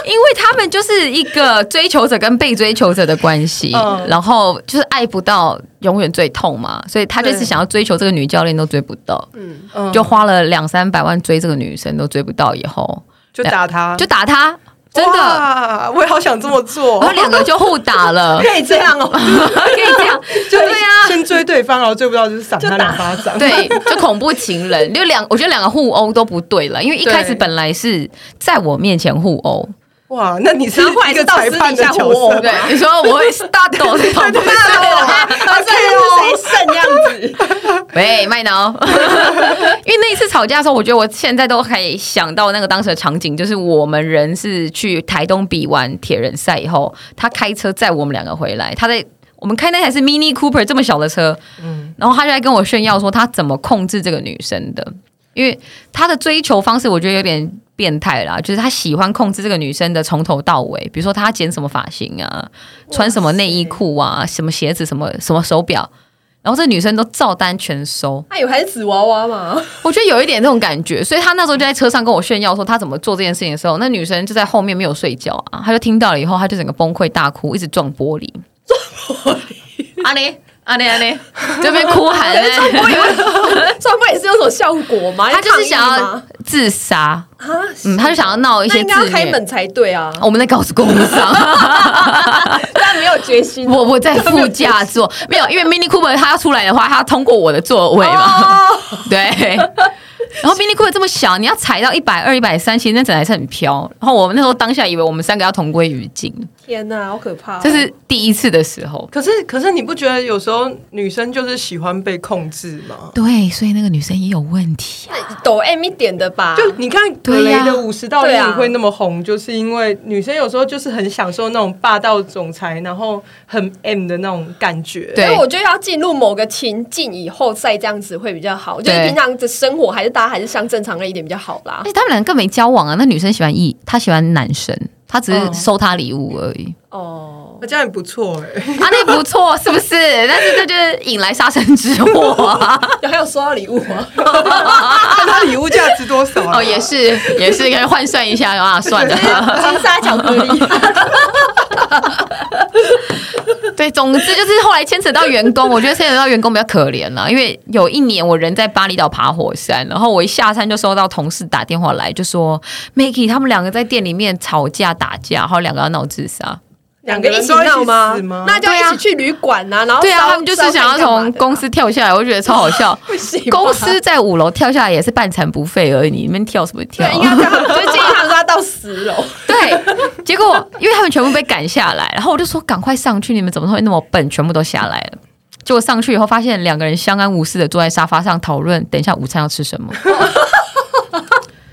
[SPEAKER 3] 因为啊他们就是一个追求者跟被追求者的关系，
[SPEAKER 1] 嗯
[SPEAKER 3] 然后就是爱不到，永远最痛嘛，所以他就是
[SPEAKER 1] 对
[SPEAKER 3] 想要追求这个女教练都追不到，
[SPEAKER 2] 嗯，
[SPEAKER 1] 嗯，
[SPEAKER 3] 就花了两三百万追这个女生都追不到，以后
[SPEAKER 1] 就打他，
[SPEAKER 3] 就打她，真的，
[SPEAKER 1] 哇，我也好想这么做
[SPEAKER 3] 然后，两个就互打了，
[SPEAKER 2] 可以这样哦，
[SPEAKER 3] 可以这样，
[SPEAKER 1] 就
[SPEAKER 3] 对呀、
[SPEAKER 1] 先追对方，然后追不到就是赏
[SPEAKER 2] 就
[SPEAKER 1] 他
[SPEAKER 2] 打
[SPEAKER 1] 两巴掌。
[SPEAKER 3] 对，就恐怖情人，就两，我觉得两个互殴都不对了，因为一开始
[SPEAKER 1] 对
[SPEAKER 3] 本来是在我面前互殴，
[SPEAKER 1] 哇，那你是
[SPEAKER 2] 然后后来
[SPEAKER 1] 一
[SPEAKER 2] 是
[SPEAKER 1] 个
[SPEAKER 2] 到
[SPEAKER 1] 裁
[SPEAKER 2] 私
[SPEAKER 1] 判
[SPEAKER 2] 底
[SPEAKER 1] 的
[SPEAKER 2] 下互
[SPEAKER 1] 角
[SPEAKER 2] 殴，
[SPEAKER 1] 色，
[SPEAKER 2] 对，
[SPEAKER 3] 你说我会大狗的跑步，
[SPEAKER 2] 他最后是谁胜这 样子？
[SPEAKER 3] 喂，麦挠。因为那一次吵架的时候，我觉得我现在都可以想到那个当时的场景，就是我们人是去台东比完铁人赛以后，他开车载我们两个回来，他在。我们开那台是 Mini Cooper 这么小的车，嗯，然后他就在跟我炫耀说他怎么控制这个女生的，因为他的追求方式我觉得有点变态啦，就是他喜欢控制这个女生的从头到尾，比如说她剪什么发型啊，穿什么内衣裤啊，什么鞋子，什么什么手表，然后这女生都照单全收。
[SPEAKER 2] 他以为还是纸娃娃嘛？
[SPEAKER 3] 我觉得有一点这种感觉，所以他那时候就在车上跟我炫耀说他怎么做这件事情的时候，那女生就在后面没有睡觉啊，她就听到了以后，她就整个崩溃大哭，一直撞玻璃，撞玻璃，阿嘞阿嘞阿嘞，这边哭喊嘞，
[SPEAKER 2] 传播也是 有种效果嘛？
[SPEAKER 3] 她哎就是想
[SPEAKER 2] 抗议
[SPEAKER 3] 要
[SPEAKER 2] 吗
[SPEAKER 3] 自杀，
[SPEAKER 2] 啊，
[SPEAKER 3] 嗯，她就想要闹一
[SPEAKER 2] 那
[SPEAKER 3] 些哦
[SPEAKER 2] 应
[SPEAKER 3] 自
[SPEAKER 2] 该要开
[SPEAKER 3] 虐。
[SPEAKER 2] 门才对啊，
[SPEAKER 3] 我们在高速公路上，
[SPEAKER 2] 但没有决 心。
[SPEAKER 3] 我我在副驾座，没有，因为 Mini Cooper 它要出来的话，它要通过我的座位嘛。
[SPEAKER 2] 哦，
[SPEAKER 3] 对。然后 Mini Cooper 这么小，你要踩到一百二、一百三，其实那整台车很飘。然后我们那时候当下以为我们三个要同归于尽，
[SPEAKER 2] 天哪，好可怕哦！
[SPEAKER 3] 这是第一次的时候。
[SPEAKER 1] 可是可是你不觉得有时候女生就是喜欢被控制吗？
[SPEAKER 3] 对，所以那个女生也有问题、啊
[SPEAKER 2] 那抖 M 一点的吧？
[SPEAKER 1] 就你看格
[SPEAKER 3] 对
[SPEAKER 1] 雷
[SPEAKER 3] 呀
[SPEAKER 1] 的五十道阴
[SPEAKER 2] 对啊
[SPEAKER 1] 影会那么红，就是因为女生有时候就是很享受那种霸道总裁，然后很 M 的那种感觉。
[SPEAKER 3] 对
[SPEAKER 2] 所以我觉得要进入某个情境以后再这样子会比较好。就是
[SPEAKER 3] 对
[SPEAKER 2] 平常的生活还是大家还是像正常人一点比较好啦
[SPEAKER 3] 而。哎且他们两个更没交往啊。那女生喜欢一，她喜欢男生，她只是收他礼物而已。
[SPEAKER 2] 哦，
[SPEAKER 1] 那这样也不错哎、
[SPEAKER 3] 啊，那不错，是不是？但是这就是引来杀身之祸啊、
[SPEAKER 2] 有还有收到礼物吗？
[SPEAKER 1] 看他礼物价值多少、啊？
[SPEAKER 3] 哦，也是，也是，可以换算一下 啊，算了。
[SPEAKER 2] 金沙巧克力，
[SPEAKER 3] 对，总之就是后来牵扯到员工，我觉得牵扯到员工比较可怜啊了，因为有一年我人在巴厘岛爬火山，然后我一下山就收到同事打电话来，就说 Maggie 他们两个在店里面吵架打架，然后两个要闹自杀。
[SPEAKER 2] 两个一起闹吗？那就一起去旅馆呐、啊，然后
[SPEAKER 3] 对啊，
[SPEAKER 2] 烧
[SPEAKER 3] 他们就是想要 从公
[SPEAKER 2] 啊
[SPEAKER 3] 司跳下来，我觉得超好笑。
[SPEAKER 2] 烧看干嘛的啊
[SPEAKER 3] 公司在五楼跳下来也是半残不废而已，你们跳什么跳
[SPEAKER 2] 对，？应该 这样， 就建议他们说到十楼，
[SPEAKER 3] 对，结果因为他们全部被赶下来，然后我就说赶快上去，你们怎么会那么笨？全部都下来了。结果上去以后，发现两个人相安无事的坐在沙发上讨论，等一下午餐要吃 什么，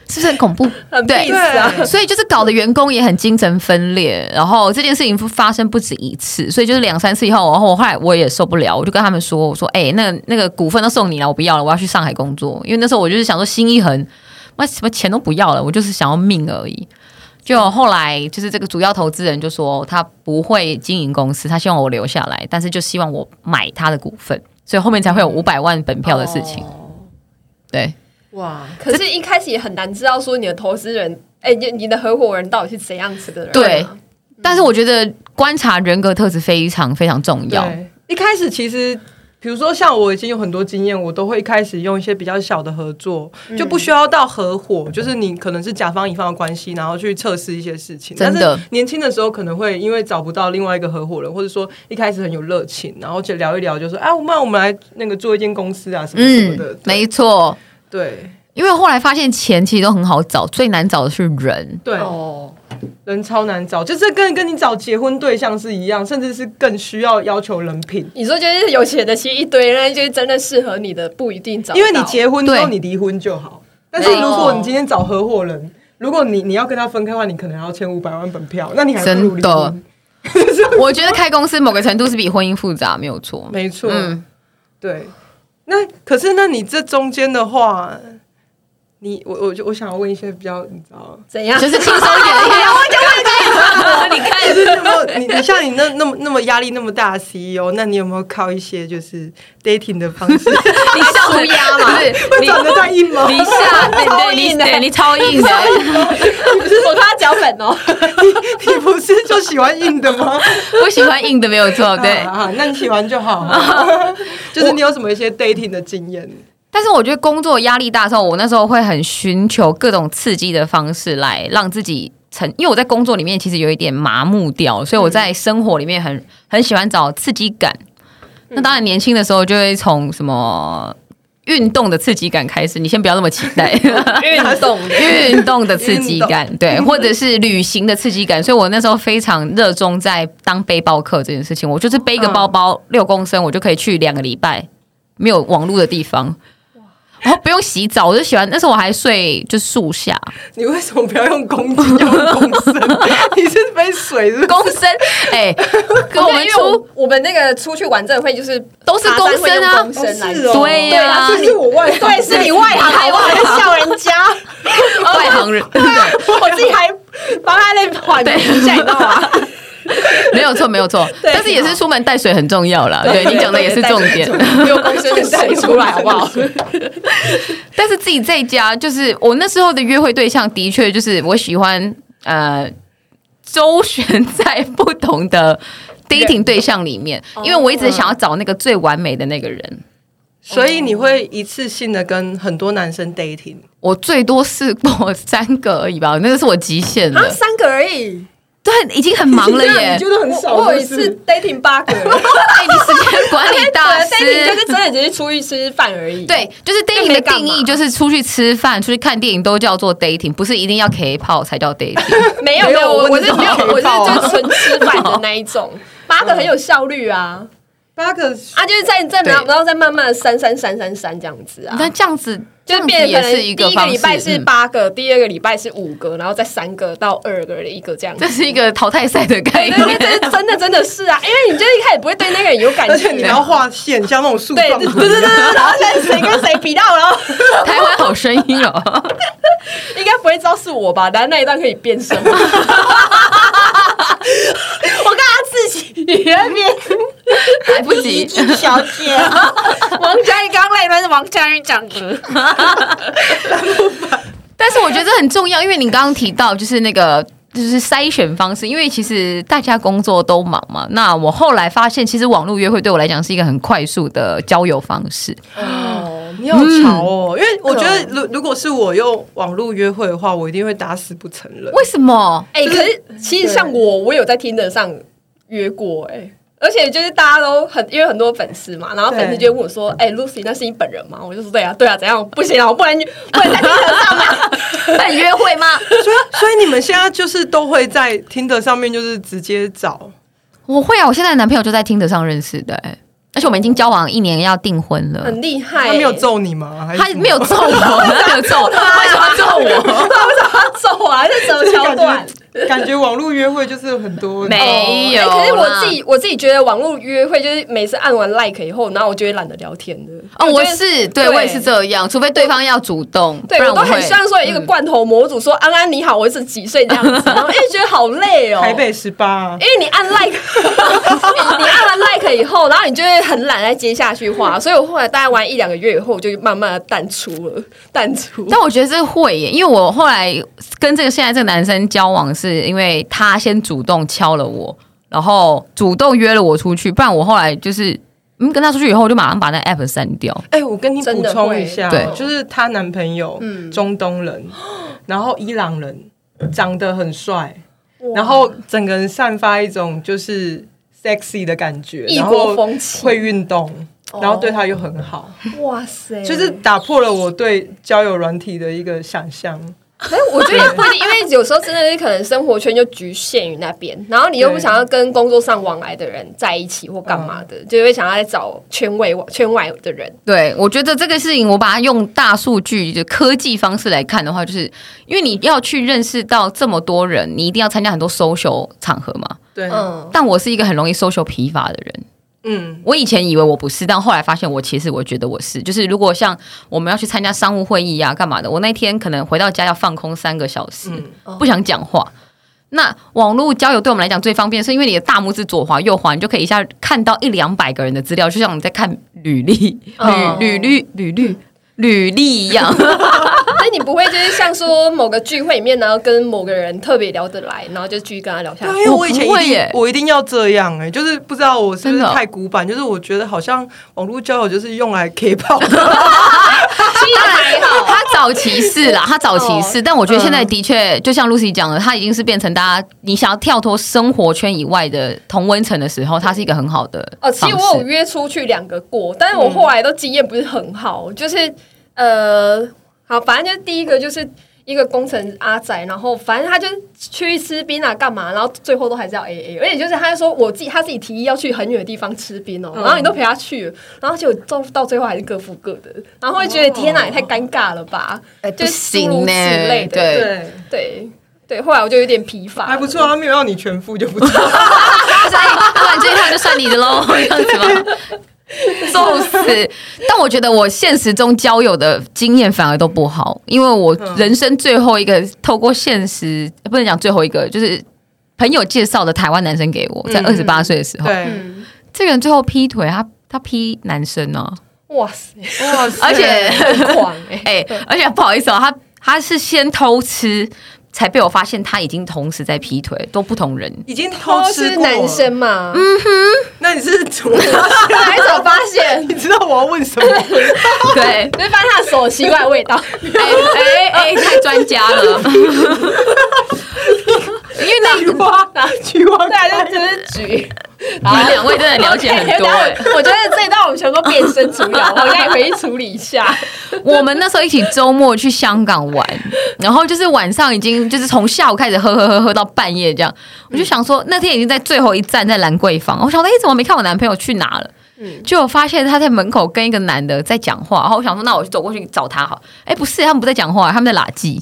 [SPEAKER 3] 是不是很恐怖？
[SPEAKER 2] 很
[SPEAKER 3] 对
[SPEAKER 2] peace 啊。
[SPEAKER 3] 所以就是搞得员工也很精神分裂，然后这件事情发生不止一次，所以就是两三次以后，然后我后来我也受不了，我就跟他们说，我说，哎、那个那个股份都送你了，我不要了，我要去上海工作，因为那时候我就是想说心一横，妈什么钱都不要了，我就是想要命而已。就后来就是这个主要投资人就说他不会经营公司，他希望我留下来，但是就希望我买他的股份，所以后面才会有五百万本票的事情。
[SPEAKER 2] 哦
[SPEAKER 3] 对，
[SPEAKER 1] 哇，
[SPEAKER 2] 可是，一开始也很难知道说你的投资人，哎、你你的合伙人到底是怎样子的人、啊？
[SPEAKER 3] 对但是我觉得观察人格特质非常非常重要。
[SPEAKER 1] 对，一开始其实。比如说像我已经有很多经验，我都会开始用一些比较小的合作，
[SPEAKER 3] 嗯
[SPEAKER 1] 就不需要到合伙，就是你可能是甲方乙方的关系，然后去测试一些事情。
[SPEAKER 3] 真的
[SPEAKER 1] 但是年轻的时候可能会因为找不到另外一个合伙人，或者说一开始很有热情，然后就聊一聊，就说哎，我们我们来那个做一间公司啊什么什么的。
[SPEAKER 3] 嗯，没错，
[SPEAKER 1] 对
[SPEAKER 3] 因为后来发现钱其实都很好找，最难找的是 人。
[SPEAKER 1] 对，
[SPEAKER 2] 哦，
[SPEAKER 1] 人超难找，就是跟跟你找结婚对象是一样，甚至是更需要要求人品。
[SPEAKER 2] 你说就是有钱的，其实一堆，那就是真的适合你的不一定找到，
[SPEAKER 1] 因为你结婚之后
[SPEAKER 3] 对
[SPEAKER 1] 你离婚就好，但是如果你今天找合伙人，如果你你要跟他分开的话，你可能还要欠五百万本票，那你还不如
[SPEAKER 3] 真
[SPEAKER 1] 离
[SPEAKER 3] 的
[SPEAKER 1] 婚。，
[SPEAKER 3] 我觉得开公司某个程度是比婚姻复杂，没有错。
[SPEAKER 1] 没错，
[SPEAKER 3] 嗯，
[SPEAKER 1] 对。那可是，那你这中间的话，你我我就我想要问一些比较，你知道，
[SPEAKER 2] 怎样，
[SPEAKER 3] 就是轻松一点。
[SPEAKER 2] 你看
[SPEAKER 1] 就是有没有你你像你那那么那么压力那么大的 CEO，那你有没有靠一些就是 dating 的方式？
[SPEAKER 3] 你笑乌 鸦嘛？不
[SPEAKER 1] 会长得太硬吗？
[SPEAKER 3] 你你下
[SPEAKER 2] 超
[SPEAKER 3] 对你
[SPEAKER 2] 硬的
[SPEAKER 3] 对你超 硬的，
[SPEAKER 2] 不是 我他脚本哦，
[SPEAKER 1] 你不是就喜欢硬的吗？
[SPEAKER 3] 我喜欢硬的，没有错。对
[SPEAKER 1] 啊，，啊那你喜欢就好。就是你有什么一些 dating 的经验？
[SPEAKER 3] 但是我觉得工作压力大的时候，我那时候会很寻求各种刺激的方式来让自己成，因为我在工作里面其实有一点麻木掉，所以我在生活里面很很喜欢找刺激感。那当然，年轻的时候就会从什么运动的刺激感开始，你先不要那么期待。
[SPEAKER 2] 运动的
[SPEAKER 3] 运动的刺激感，对，或者是旅行的刺激感。所以我那时候非常热衷在当背包客这件事情。我就是背一个包包六公升，我就可以去两个礼拜没有网络的地方，然后不用洗澡。我就喜欢那时候我还睡就树下，
[SPEAKER 1] 你为什么不要用公斤，要用公升？你是被水是不是
[SPEAKER 3] 公升 哎，跟我们
[SPEAKER 2] 因为
[SPEAKER 3] 出。
[SPEAKER 2] 我们那个出去玩这会就是
[SPEAKER 3] 都是公升啊
[SPEAKER 2] 爬山会用公升来
[SPEAKER 1] 是哦，
[SPEAKER 3] 对
[SPEAKER 1] 对
[SPEAKER 3] 呀
[SPEAKER 1] 啊，这是我外行
[SPEAKER 2] 对，是你外行，还我还笑人家，
[SPEAKER 3] 外行人，
[SPEAKER 2] 我自己还帮他那缓
[SPEAKER 3] 对
[SPEAKER 2] 一下，你知道 吗？
[SPEAKER 3] 没有错，没有 错，
[SPEAKER 2] 对
[SPEAKER 3] 但是也是出门带水很重要啦。对你讲的也是重点，
[SPEAKER 2] 六公升的水出来好不好？
[SPEAKER 3] 但是自己在家，就是我那时候的约会对象，的确就是我喜欢呃周旋在不同的 dating 对象里面，因为我一直想要找那个最完美的那个人。
[SPEAKER 1] 所以你会一次性的跟很多男生 dating，
[SPEAKER 3] 我最多试过三个而已吧，那个是我极限
[SPEAKER 2] 啊，
[SPEAKER 3] 了，
[SPEAKER 2] 三个而已。
[SPEAKER 3] 对，已经很忙了 耶。
[SPEAKER 1] 觉得很少。
[SPEAKER 2] 我有一
[SPEAKER 1] 是不是
[SPEAKER 2] 次 dating 八个，
[SPEAKER 3] 哎，你时间管理大
[SPEAKER 2] dating 就是
[SPEAKER 3] 师。
[SPEAKER 2] 真的只是出去吃饭而已。
[SPEAKER 3] 对，就是 dating
[SPEAKER 2] 没
[SPEAKER 3] 的
[SPEAKER 2] 干
[SPEAKER 3] 定
[SPEAKER 2] 嘛
[SPEAKER 3] 义就是出去吃饭、出去看电影都叫做 dating，不是一定要 K 泡才叫 dating。
[SPEAKER 2] 没有
[SPEAKER 1] 没
[SPEAKER 2] 没
[SPEAKER 1] 有
[SPEAKER 2] 有，我
[SPEAKER 1] 我
[SPEAKER 2] 我
[SPEAKER 1] 只
[SPEAKER 2] 是
[SPEAKER 1] 是
[SPEAKER 2] 没有，
[SPEAKER 1] 想
[SPEAKER 2] 我是
[SPEAKER 1] 到
[SPEAKER 2] 就纯吃饭的那一种。八个很有效率啊，
[SPEAKER 1] 八个，
[SPEAKER 2] 啊，就是在在
[SPEAKER 3] 对
[SPEAKER 2] 然后然后再慢慢的删删删删删这样子啊，
[SPEAKER 3] 那这样子，
[SPEAKER 2] 就
[SPEAKER 3] 这
[SPEAKER 2] 是
[SPEAKER 3] 样子
[SPEAKER 2] 变
[SPEAKER 3] 也
[SPEAKER 2] 成可能
[SPEAKER 3] 是
[SPEAKER 2] 第一
[SPEAKER 3] 个
[SPEAKER 2] 个
[SPEAKER 3] 方式。
[SPEAKER 2] 礼拜是
[SPEAKER 3] 嗯
[SPEAKER 2] 八个，第二个礼拜是五个，然后再三个到二个一个这样子
[SPEAKER 3] 这。是一个淘汰赛的
[SPEAKER 2] 对
[SPEAKER 3] 概
[SPEAKER 2] 对
[SPEAKER 3] 念。
[SPEAKER 2] 对，这是真的真的是啊，因为你就是一开始不会对那个人有感觉，
[SPEAKER 1] 而且你要画线，像那种树
[SPEAKER 2] 对
[SPEAKER 1] 状
[SPEAKER 2] 对对
[SPEAKER 1] 图
[SPEAKER 2] 对
[SPEAKER 1] 一
[SPEAKER 2] 对，
[SPEAKER 1] 样。
[SPEAKER 2] 对然后现在谁跟谁比到，然后
[SPEAKER 3] 台湾好声 音哦，
[SPEAKER 2] 应该不会知道是我吧？但那一段可以变 声。我看他自己那边，
[SPEAKER 3] 来不及。
[SPEAKER 2] 小姐，王嘉玉刚那一段是王嘉玉讲的，
[SPEAKER 3] 但是我觉得这很重要，因为你刚刚提到就是那个。就是筛选方式，因为其实大家工作都忙嘛。那我后来发现，其实网络约会对我来讲是一个很快速的交友方式。
[SPEAKER 2] 哦，
[SPEAKER 1] 你好潮哦！因为我觉得，如如果是我用网络约会的话，我一定会打死不承认。
[SPEAKER 3] 为什么？
[SPEAKER 2] 哎、可是其实像我，我有在听得上约过哎、而且就是大家都很，因为很多粉丝嘛，然后粉丝就会问我说：“哎、l u c y 那是你本人吗？”我就说：“对啊，对啊，怎样？不行啊，我不能，不能在听得上嘛。
[SPEAKER 3] 办约会吗？
[SPEAKER 1] 所以，所以你们现在就是都会在听的上面，就是直接找。
[SPEAKER 3] 我会啊，我现在的男朋友就在听得上认识的、哎而且我们已经交往一年，要订婚”了。
[SPEAKER 2] 很厉害、
[SPEAKER 1] 他没有，揍你吗？还是
[SPEAKER 3] 他
[SPEAKER 1] 什么
[SPEAKER 3] 没有揍我，他没有 揍我，
[SPEAKER 2] 啊
[SPEAKER 3] 为什么要揍我？
[SPEAKER 2] 他为什么要揍啊？这是什么桥段？
[SPEAKER 1] 感觉感觉网络约会就是有很多
[SPEAKER 3] 没有啊
[SPEAKER 2] 哎可是
[SPEAKER 3] 啦
[SPEAKER 2] 我自己我自己觉得网络约会就是每次按完 like 以后，然后我就会懒得聊天的。
[SPEAKER 3] 哦，我
[SPEAKER 2] 觉得
[SPEAKER 3] 是对我也是这样，除非对方要主动，
[SPEAKER 2] 对
[SPEAKER 3] 不然
[SPEAKER 2] 我都
[SPEAKER 3] 会嗯
[SPEAKER 2] 很希望说有一个罐头模组说“安安你好，我是几岁”这样 子，然后因为觉得好累哦。
[SPEAKER 1] 台北十八
[SPEAKER 2] 因，为 你按 like，你按完 like 以后，然后你就会很懒再接下去画，所以我后来大概玩一两个月以后，我就慢慢的淡出了，淡出。
[SPEAKER 3] 但我觉得这会耶，因为我后来跟这个现在这个男生交往，是因为他先主动敲了我，然后主动约了我出去，不然我后来就是嗯，跟他出去以后，我就马上把那 app 删掉。
[SPEAKER 1] 哎、我跟你
[SPEAKER 2] 真
[SPEAKER 1] 补
[SPEAKER 2] 的
[SPEAKER 1] 充
[SPEAKER 2] 会嗯
[SPEAKER 1] 一下，
[SPEAKER 3] 对
[SPEAKER 1] 就是她男朋友、中东 人，然后伊朗人，长得很帅，然后整个人散发一种就是 sexy 的感觉，
[SPEAKER 2] 异
[SPEAKER 1] 然
[SPEAKER 2] 国
[SPEAKER 1] 后
[SPEAKER 2] 风情，哦
[SPEAKER 1] 会运动，然后对她又很好，
[SPEAKER 2] 哇塞，
[SPEAKER 1] 就是打破了我对交友软体的一个想象。
[SPEAKER 2] 可是我觉得也不一定，因为有时候真的是可能生活圈就局限于那边，然后你又不
[SPEAKER 1] 对
[SPEAKER 2] 想要跟工作上往来的人在一起或干嘛的，就会想要来找圈外圈外的人。
[SPEAKER 3] 对，我觉得这个事情，我把它用大数据就科技方式来看的话，就是因为你要去认识到这么多人，你一定要参加很多 social 场合嘛。
[SPEAKER 1] 对，
[SPEAKER 2] 嗯，
[SPEAKER 3] 但我是一个很容易 social 疲乏的人，
[SPEAKER 1] 嗯，
[SPEAKER 3] 我以前以为我不是，但后来发现我其实我觉得我是。就是如果像我们要去参加商务会议啊，干嘛的，我那天可能回到家要放空三个小
[SPEAKER 1] 嗯
[SPEAKER 3] 时，不想讲话。那网络交友对我们来讲最方便，是因为你的大拇指左滑右滑，你就可以一下看到一两百个人的资料，就像你在看履历、
[SPEAKER 2] 哦
[SPEAKER 3] 履履历、履历、履历一样。
[SPEAKER 2] 所以你不会就是像说某个聚会里面，然后跟某个人特别聊得来，然后就继续跟他聊下
[SPEAKER 1] 对，啊因
[SPEAKER 2] 去。
[SPEAKER 1] 为哎
[SPEAKER 3] 我
[SPEAKER 1] 我以前一
[SPEAKER 3] 不会
[SPEAKER 1] 定
[SPEAKER 3] 耶
[SPEAKER 1] 我一定要这样哎、就是不知道我是不
[SPEAKER 3] 真
[SPEAKER 1] 是
[SPEAKER 3] 的哦
[SPEAKER 1] 太古板，就是我觉得好像网络交友就是用来 K 泡的，
[SPEAKER 2] 当然还好，
[SPEAKER 3] 他早期是
[SPEAKER 2] 哦
[SPEAKER 3] 啦，他早期是，但我觉得现
[SPEAKER 2] 嗯
[SPEAKER 3] 在的确，就像 Lucy 讲的，他已经是变成大家你想要跳脱生活圈以外的同温层的时候，它是一个很好的
[SPEAKER 2] 哦，其
[SPEAKER 3] 方
[SPEAKER 2] 实
[SPEAKER 3] 式。
[SPEAKER 2] 我有约出去两个过，但是我后来都经验不是很好，
[SPEAKER 3] 嗯
[SPEAKER 2] 就是呃，好，反正就是第一个就是一个工程阿仔，然后反正他就去吃冰啊，干嘛，然后最后都还是要 A A，而且就是他就说我自己他自己提议要去很远的地方吃冰哦、
[SPEAKER 3] 嗯
[SPEAKER 2] 然后你都陪他去了，然后结果到到最后还是各付各的，然后会觉得天哪，也太尴尬了吧，就
[SPEAKER 3] 哎不行
[SPEAKER 2] 诸如此
[SPEAKER 3] 呢
[SPEAKER 2] 类的，
[SPEAKER 3] 对
[SPEAKER 1] 对，
[SPEAKER 2] 对对，后来我就有点疲 乏，
[SPEAKER 1] 还不错，啊他没有让你全付就不 错。
[SPEAKER 3] 就是哎，不然这一套就算你的喽，这样子吗？ 揍死！但我觉得我现实中交友的经验反而都不好，因为我
[SPEAKER 2] 嗯
[SPEAKER 3] 人生最后一个透过现实呃不能讲最后一个，就是朋友介绍的台湾男生给我，在
[SPEAKER 1] 嗯
[SPEAKER 3] 二十八岁的时候，
[SPEAKER 1] 对，
[SPEAKER 2] 嗯
[SPEAKER 3] 这个人最后劈腿，他他劈男生呢、啊，
[SPEAKER 2] 哇塞，
[SPEAKER 1] 哇 塞，
[SPEAKER 3] 而且
[SPEAKER 2] 很狂哎、
[SPEAKER 3] 哎、而且不好意思哦，他他是先偷吃，才被我发现他已经同时在劈腿，都不同 人。
[SPEAKER 1] 已经偷
[SPEAKER 2] 偷
[SPEAKER 1] 吃
[SPEAKER 2] 吃嗯
[SPEAKER 1] 过了
[SPEAKER 2] 男，生嘛，
[SPEAKER 1] 那你是怎么？，
[SPEAKER 2] 还早发现
[SPEAKER 1] 你知道我要问什么？
[SPEAKER 3] 对，
[SPEAKER 2] 你会发现他的手有奇怪的味 道。
[SPEAKER 3] 哎哎哎，太专家了，因为那
[SPEAKER 1] 菊花，菊 花
[SPEAKER 2] 对啊，
[SPEAKER 1] 开
[SPEAKER 2] 就只是举。
[SPEAKER 3] 你们两位真的了解很 多、哎
[SPEAKER 2] 我觉得这一段我们全部变身处理， 我应该也回去处理一 下。
[SPEAKER 3] 我们那时候一起周末去香港玩，然后就是晚上已经就是从下午开始喝喝喝喝到半夜这样，我就想说那天已经在最后一站在兰桂坊，我想说哎、怎么没看我男朋友去哪了？就我发现他在门口跟一个男的在讲话，然后我想说那我就走过去找他好，哎、不是他们不在讲话，他们在拉鸡，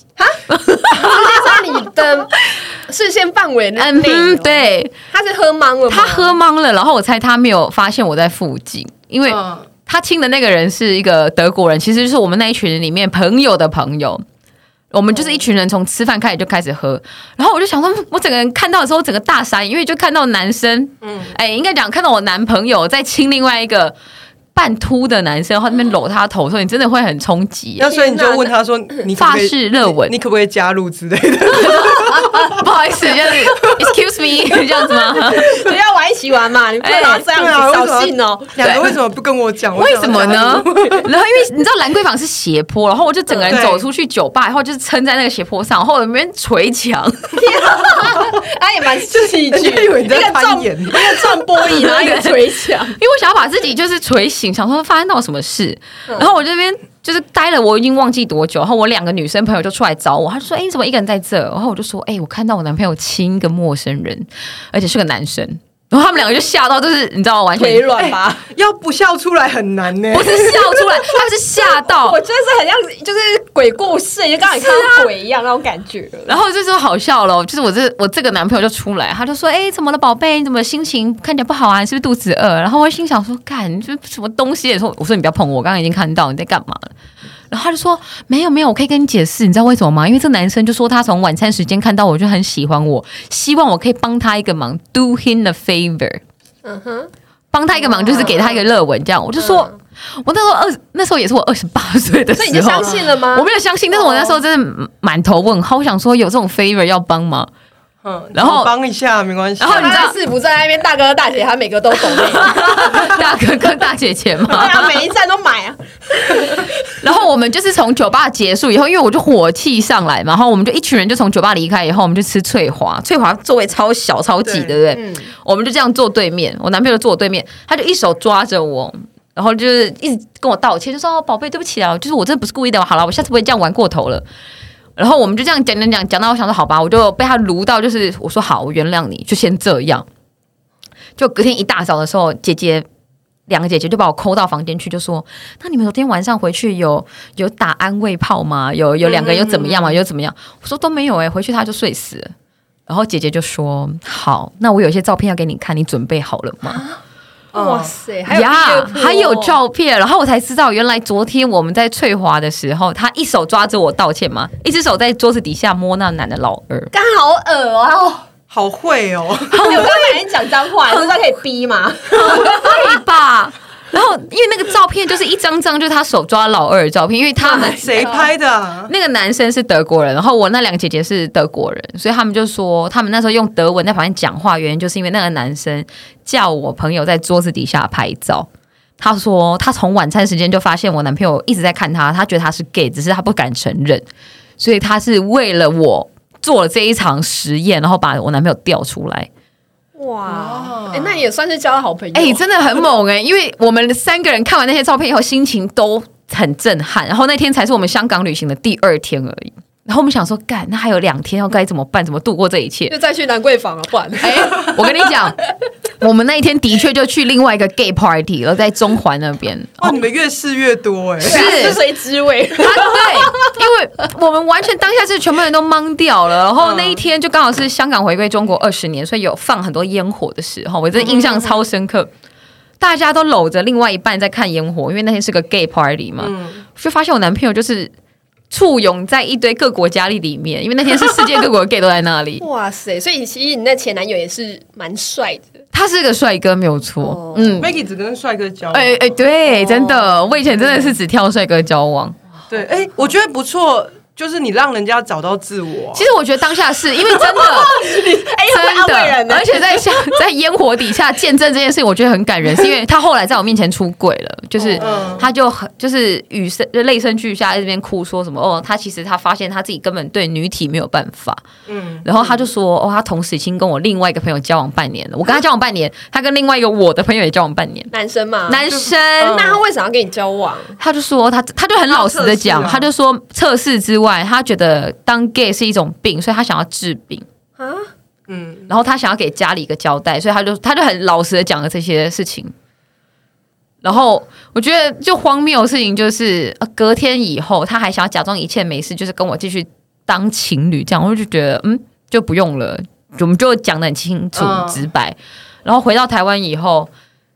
[SPEAKER 2] 这是在你的视线范围内。哦
[SPEAKER 3] 嗯
[SPEAKER 1] 哦
[SPEAKER 3] 哼，，对
[SPEAKER 2] 他是喝懵了吗，
[SPEAKER 3] 他喝懵了，然后我猜他没有发现我在附近，因为
[SPEAKER 1] 嗯
[SPEAKER 3] 他亲的那个人是一个德国人，其实就是我们那一群人里面朋友的朋友。我们就是一群人，从吃饭开始就开始喝，然后我就想说，嗯我整个人看到的时候，我整个大傻眼，因为就看到男生，嗯，哎、应该讲看到我男朋友在亲另外一个半秃的男生，然后在那边搂他头，说你真的会很冲击，
[SPEAKER 1] 那所以你就问他说，你可不
[SPEAKER 3] 发
[SPEAKER 1] 可以
[SPEAKER 3] 式热吻
[SPEAKER 1] 你，可不可以加入之类的？
[SPEAKER 3] 不好意思，就是 excuse me 这样子吗？
[SPEAKER 2] 就要玩一起玩嘛，你不能老这样
[SPEAKER 1] 对啊
[SPEAKER 2] 子
[SPEAKER 1] 为什么
[SPEAKER 2] 扫兴哦。
[SPEAKER 1] 两个为什么不跟我讲？我
[SPEAKER 3] 为
[SPEAKER 1] 想
[SPEAKER 3] 什
[SPEAKER 1] 要
[SPEAKER 3] 么
[SPEAKER 1] 加入
[SPEAKER 3] 呢？ 然后因为你知道兰桂坊是斜坡，然后我就整个人
[SPEAKER 1] 对
[SPEAKER 3] 走出去酒吧，然后就是撑在那个斜坡上，然后我那边捶墙，
[SPEAKER 2] 他也蛮戏剧，
[SPEAKER 1] 人家以为
[SPEAKER 2] 一
[SPEAKER 1] 你
[SPEAKER 2] 个
[SPEAKER 1] 在
[SPEAKER 2] 撞
[SPEAKER 1] 攀
[SPEAKER 2] 一
[SPEAKER 1] 岩
[SPEAKER 2] 个撞玻璃，然后一个捶墙。
[SPEAKER 3] 因为我想要把自己就是捶醒，想说发生到什么事，然后我这边就是待了，我已经忘记多久，然后我两个女生朋友就出来找我，她就说：“哎、你怎么一个人在这？”然后我就说：“哎、我看到我男朋友亲一个陌生人，而且是个男生。”然后他们两个就吓到，就是你知道，完全
[SPEAKER 2] 腿软吧，
[SPEAKER 1] 哎
[SPEAKER 3] 哎
[SPEAKER 1] 要不笑出来很难呢。
[SPEAKER 3] 不是笑出来，他们是吓到，
[SPEAKER 2] 我觉得是很像就是鬼故事，就刚才看到鬼一样那种感觉。
[SPEAKER 3] 然后这时候好笑了，就是我这我这个男朋友就出来，他就说：“哎、怎么了，宝贝？你怎么心情看起来不好啊？你是不是肚子饿？”然后我心想说：“干，你这什么东西？”说：“我说你不要碰我，我刚刚已经看到你在干嘛了。”然后他就说：“没有没有，我可以跟你解释，你知道为什么吗？因为这男生就说他从晚餐时间看到我就很喜欢我，希望我可以帮他一个忙，do him a favor。”
[SPEAKER 2] 嗯哼，
[SPEAKER 3] 帮他一个忙，就是给他一个热吻，这样我就说，我那时候二，那时候也是我二十八岁的时
[SPEAKER 2] 嗯所
[SPEAKER 3] 候，啊
[SPEAKER 2] 以你就相信了吗？
[SPEAKER 3] 我没有相信，但是我那时候真的满头问号，我想说有这种 favor 要帮吗？
[SPEAKER 1] 嗯，
[SPEAKER 3] 然后
[SPEAKER 1] 我帮一下没关系。啊
[SPEAKER 3] 然后你知道
[SPEAKER 2] 是不在那边大哥大姐，他每个都懂那个，
[SPEAKER 3] 大哥跟大姐姐
[SPEAKER 2] 对
[SPEAKER 3] 嘛。
[SPEAKER 2] 啊，每一站都买啊。
[SPEAKER 3] 然后我们就是从酒吧结束以后，因为我就火气上来嘛，然后我们就一群人就从酒吧离开以后，我们就吃翠华，翠华座位超小超
[SPEAKER 1] 对
[SPEAKER 3] 挤，
[SPEAKER 1] 嗯
[SPEAKER 3] 对不对？我们就这样坐对面，我男朋友坐我对面，他就一手抓着我。然后就是一直跟我道歉，就说：“哦，宝贝，对不起啊，就是我真的不是故意的，好了，我下次不会这样玩过头了。”然后我们就这样讲讲讲讲到，我想说好吧，我就被他撸到，就是我说好，我原谅你，就先这样。就隔天一大早的时候，姐姐两个姐姐就把我抠到房间去，就说：“那你们昨天晚上回去有有打安慰炮吗？有有两个人又怎么样吗？又怎么样？”我说都没有哎、回去他就睡死了。然后姐姐就说：“好，那我有一些照片要给你看，你准备好了吗
[SPEAKER 1] 嗯
[SPEAKER 2] 哇塞，？”啊哦还有哦
[SPEAKER 3] 呀，
[SPEAKER 2] 第二波
[SPEAKER 3] 还有照片。然后我才知道，原来昨天我们在翠华的时候，他一手抓着我道歉嘛，一只手在桌子底下摸那男的老 二。
[SPEAKER 2] 干好恶哦！
[SPEAKER 1] 好会 哦，
[SPEAKER 2] 我刚才人讲脏 话，这算可以逼吗？
[SPEAKER 3] 对吧？然后因为那个照片就是一张张，就是他手抓老二的照片，因为他们
[SPEAKER 1] 谁拍的 啊？
[SPEAKER 3] 那个男生是德国人，然后我那两个姐姐是德国人，所以他们就说他们那时候用德文在旁边讲话，原因就是因为那个男生叫我朋友在桌子底下拍照。他说他从晚餐时间就发现我男朋友一直在看他，他觉得他是 gay，只是他不敢承认，所以他是为了我做了这一场实验，然后把我男朋友调出来。
[SPEAKER 2] 哇，哎，那也算是交了好朋友。
[SPEAKER 3] 哎、真的很猛哎、因为我们三个人看完那些照片以后，心情都很震撼。然后那天才是我们香港旅行的第二天而已。然后我们想说，干，那还有两天要该怎么办？怎么度过这一切？
[SPEAKER 2] 就再去兰桂坊啊了，不然
[SPEAKER 3] 哎、我跟你讲，我们那一天的确就去另外一个 gay party 了，在中环那边。
[SPEAKER 1] 哇，你们越试越多哎、
[SPEAKER 3] 是
[SPEAKER 2] 是谁滋味？
[SPEAKER 3] 啊对，因为我们完全当下是全部人都懵掉了。然后那一天就刚好是香港回归中国二十年，所以有放很多烟火的时候，我真的印象超深刻。大家都搂着另外一半在看烟火，因为那天是个 gay party 嘛，就发现我男朋友就是簇拥在一堆各国佳丽里面，因为那天是世界各国的 gay 都在那 里。
[SPEAKER 2] 哇塞！所以其实你那前男友也是蛮帅的，
[SPEAKER 3] 他是个帅哥，没有错。
[SPEAKER 2] 哦
[SPEAKER 3] 嗯，
[SPEAKER 1] Maggie 只跟帅哥交往，
[SPEAKER 3] 哎、哎、对，真的，我以前真的是只挑帅哥交往。
[SPEAKER 1] 对，哎、我觉得不错，就是你让人家找到自我啊、
[SPEAKER 3] 其实我觉得当下是因为真的。
[SPEAKER 2] 哎
[SPEAKER 3] 真的，
[SPEAKER 2] 呢
[SPEAKER 3] 而且在像在烟火底下见证这件事情，我觉得很感人，是因为他后来在我面前出轨了，就是
[SPEAKER 1] 嗯
[SPEAKER 3] 他就很就是语声就泪声俱下，在这边哭说什么哦，他其实他发现他自己根本对女体没有办法，
[SPEAKER 1] 嗯，
[SPEAKER 3] 然后他就说哦，他同时已经跟我另外一个朋友交往半年了，我跟他交往半年，他跟另外一个我的朋友也交往半年，
[SPEAKER 2] 男生嘛，
[SPEAKER 3] 男
[SPEAKER 1] 嗯
[SPEAKER 3] 生。
[SPEAKER 2] 哎那他为什么要跟你交往？
[SPEAKER 3] 他就说他他就很老实的讲，
[SPEAKER 1] 测试啊
[SPEAKER 3] 他就说测试之外，他觉得当 gay 是一种病，所以他想要治病。
[SPEAKER 2] 啊，
[SPEAKER 1] 嗯，
[SPEAKER 3] 然后他想要给家里一个交代，所以他就他就很老实的讲了这些事情。然后我觉得就荒谬的事情就是，呃隔天以后他还想要假装一切没事，就是跟我继续当情侣这样，我就觉得嗯，就不用了，我们就讲的很清楚、
[SPEAKER 1] 嗯
[SPEAKER 3] 直白。然后回到台湾以后，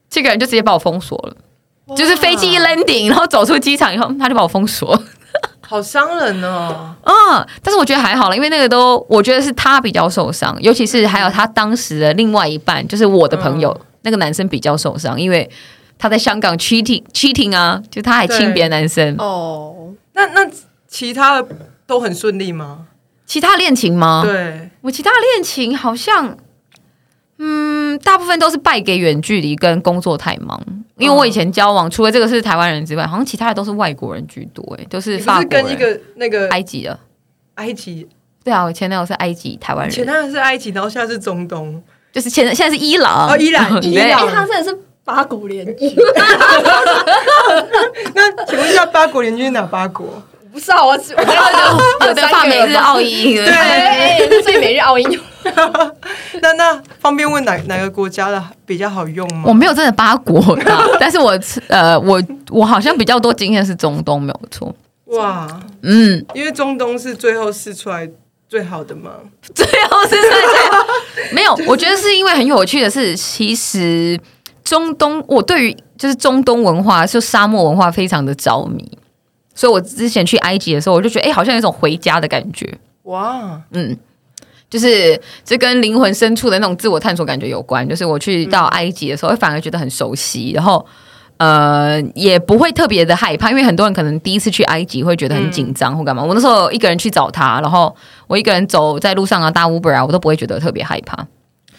[SPEAKER 3] 这个人就直接把我封锁了，就是飞机一 landing，然后走出机场以后，嗯他就把我封锁。
[SPEAKER 1] 好伤人哦。
[SPEAKER 3] 嗯，但是我觉得还好了，因为那个都我觉得是他比较受伤，尤其是还有他当时的另外一半，就是我的朋友、
[SPEAKER 1] 嗯
[SPEAKER 3] 那个男生比较受伤，因为他在香港 cheating cheating 啊，就他还亲别的男生，
[SPEAKER 2] 哦，
[SPEAKER 1] 那那其他的都很顺利吗？
[SPEAKER 3] 其他恋情吗？
[SPEAKER 1] 对，
[SPEAKER 3] 我其他恋情好像，嗯，大部分都是败给远距离跟工作太忙，因为我以前交往、除了这个是台湾人之外，好像其他的都是外国人居多、欸，都是
[SPEAKER 1] 你不
[SPEAKER 3] 法
[SPEAKER 1] 是
[SPEAKER 3] 国人、
[SPEAKER 1] 跟一个那个
[SPEAKER 3] 埃及的。
[SPEAKER 1] 埃及，
[SPEAKER 3] 对啊，我前男友是埃及台湾
[SPEAKER 1] 前
[SPEAKER 3] 人，
[SPEAKER 1] 男友是埃及，然后现在是中东，
[SPEAKER 3] 就是前现在是伊朗，
[SPEAKER 1] 哦伊朗
[SPEAKER 3] 对
[SPEAKER 1] 伊朗
[SPEAKER 2] 哎，他真的是八 股联姻，
[SPEAKER 1] 那请问一下，八国联军是哪八国？
[SPEAKER 2] 不是啊，我 只我刚刚讲
[SPEAKER 3] 有的放美日奥英，
[SPEAKER 2] 哎，哎所以每日奥运
[SPEAKER 1] 那那方便问哪哪个国家的比较好用
[SPEAKER 3] 我
[SPEAKER 1] 吗？
[SPEAKER 3] 没有真的八国 啦，但是我吃呃，我我好像比较多经验是中东，没有错。
[SPEAKER 1] 哇，
[SPEAKER 3] 嗯，
[SPEAKER 1] 因为中东是最后试出来最好的嘛。
[SPEAKER 3] 最后是在这没有，我觉得是因为很有趣的是，其实中东我对于就是中东文化，就沙漠文化非常的着迷，所以我之前去埃及的时候，我就觉得哎、好像有一种回家的感觉。
[SPEAKER 1] 哇，
[SPEAKER 3] 嗯，就是这跟灵魂
[SPEAKER 2] 嗯
[SPEAKER 3] 深处的那种自我探索感觉有关。就是我去到埃及的时候，反而觉得很熟悉，然后呃，也不会特别的害怕，因为很多人可能第一次去埃及会觉得很紧
[SPEAKER 2] 嗯
[SPEAKER 3] 张或干嘛。我那时候一个人去找他，然后我一个人走在路上啊，搭 Uber 啊，我都不会觉得特别害怕。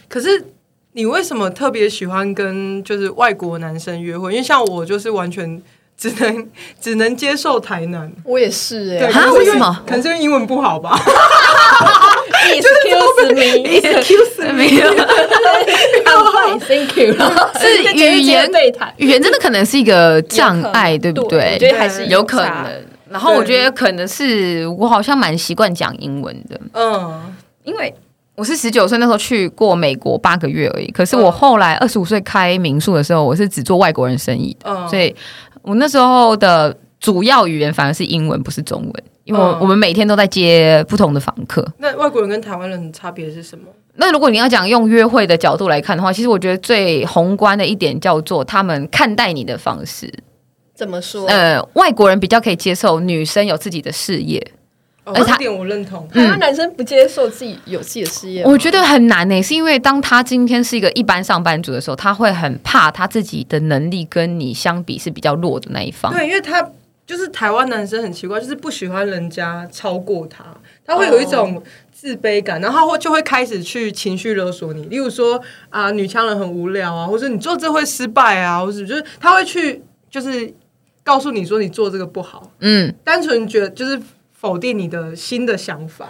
[SPEAKER 1] 可是你为什么特别喜欢跟就是外国男生约会？因为像我就是完全只能 只能接受台南，
[SPEAKER 2] 我也是哎、
[SPEAKER 1] 对，
[SPEAKER 3] 哈
[SPEAKER 1] 可能是因
[SPEAKER 3] 啊为什么
[SPEAKER 1] 可能是因为英文不好吧？
[SPEAKER 2] Excuse me，Excuse
[SPEAKER 3] 没有，
[SPEAKER 2] me，I'm fine，Thank 哦 you。
[SPEAKER 3] 是语言
[SPEAKER 2] 对谈
[SPEAKER 3] 语言真的可能是一个障碍，对不
[SPEAKER 2] 我觉
[SPEAKER 3] 对？
[SPEAKER 2] 得还是
[SPEAKER 3] 有可
[SPEAKER 2] 差
[SPEAKER 3] 能。然后我觉得可能是我好像蛮习惯讲英文的，
[SPEAKER 1] 嗯，
[SPEAKER 3] 因为我是十九岁那时候去过美国八个月而已。可是
[SPEAKER 1] 嗯
[SPEAKER 3] 我后来二十五岁开民宿的时候，我是只做外国人生意的，
[SPEAKER 1] 嗯
[SPEAKER 3] 所以我那时候的主要语言反而是英文，不是中文。因为我
[SPEAKER 1] 嗯
[SPEAKER 3] 我们每天都在接不同的房客。
[SPEAKER 1] 那外国人跟台湾人差别是什么？
[SPEAKER 3] 那如果你要讲用约会的角度来看的话，其实我觉得最宏观的一点叫做他们看待你的方式。
[SPEAKER 2] 怎么
[SPEAKER 1] 嗯
[SPEAKER 2] 说？啊
[SPEAKER 3] 呃，外国人比较可以接受女生有自己的事业，
[SPEAKER 1] 哦，
[SPEAKER 3] 而且他
[SPEAKER 1] 这点我认同。
[SPEAKER 3] 嗯
[SPEAKER 2] 台湾男生不接受自己有自己的事业吗，
[SPEAKER 3] 我觉得很难呢、欸是因为当他今天是一个一般上班族的时候，他会很怕他自己的能力跟你相比是比较弱的那一方。
[SPEAKER 1] 对，因为他就是台湾男生很奇怪，就是不喜欢人家超过他，他会
[SPEAKER 2] 哦
[SPEAKER 1] 有一种自卑感，然后他会就会开始去情绪勒索你，例如说啊，女强人很无聊啊，或者你做这会失败啊，或者就是他会去就是告诉你说你做这个不好，
[SPEAKER 3] 嗯，
[SPEAKER 1] 单纯觉得就是否定你的新的想法。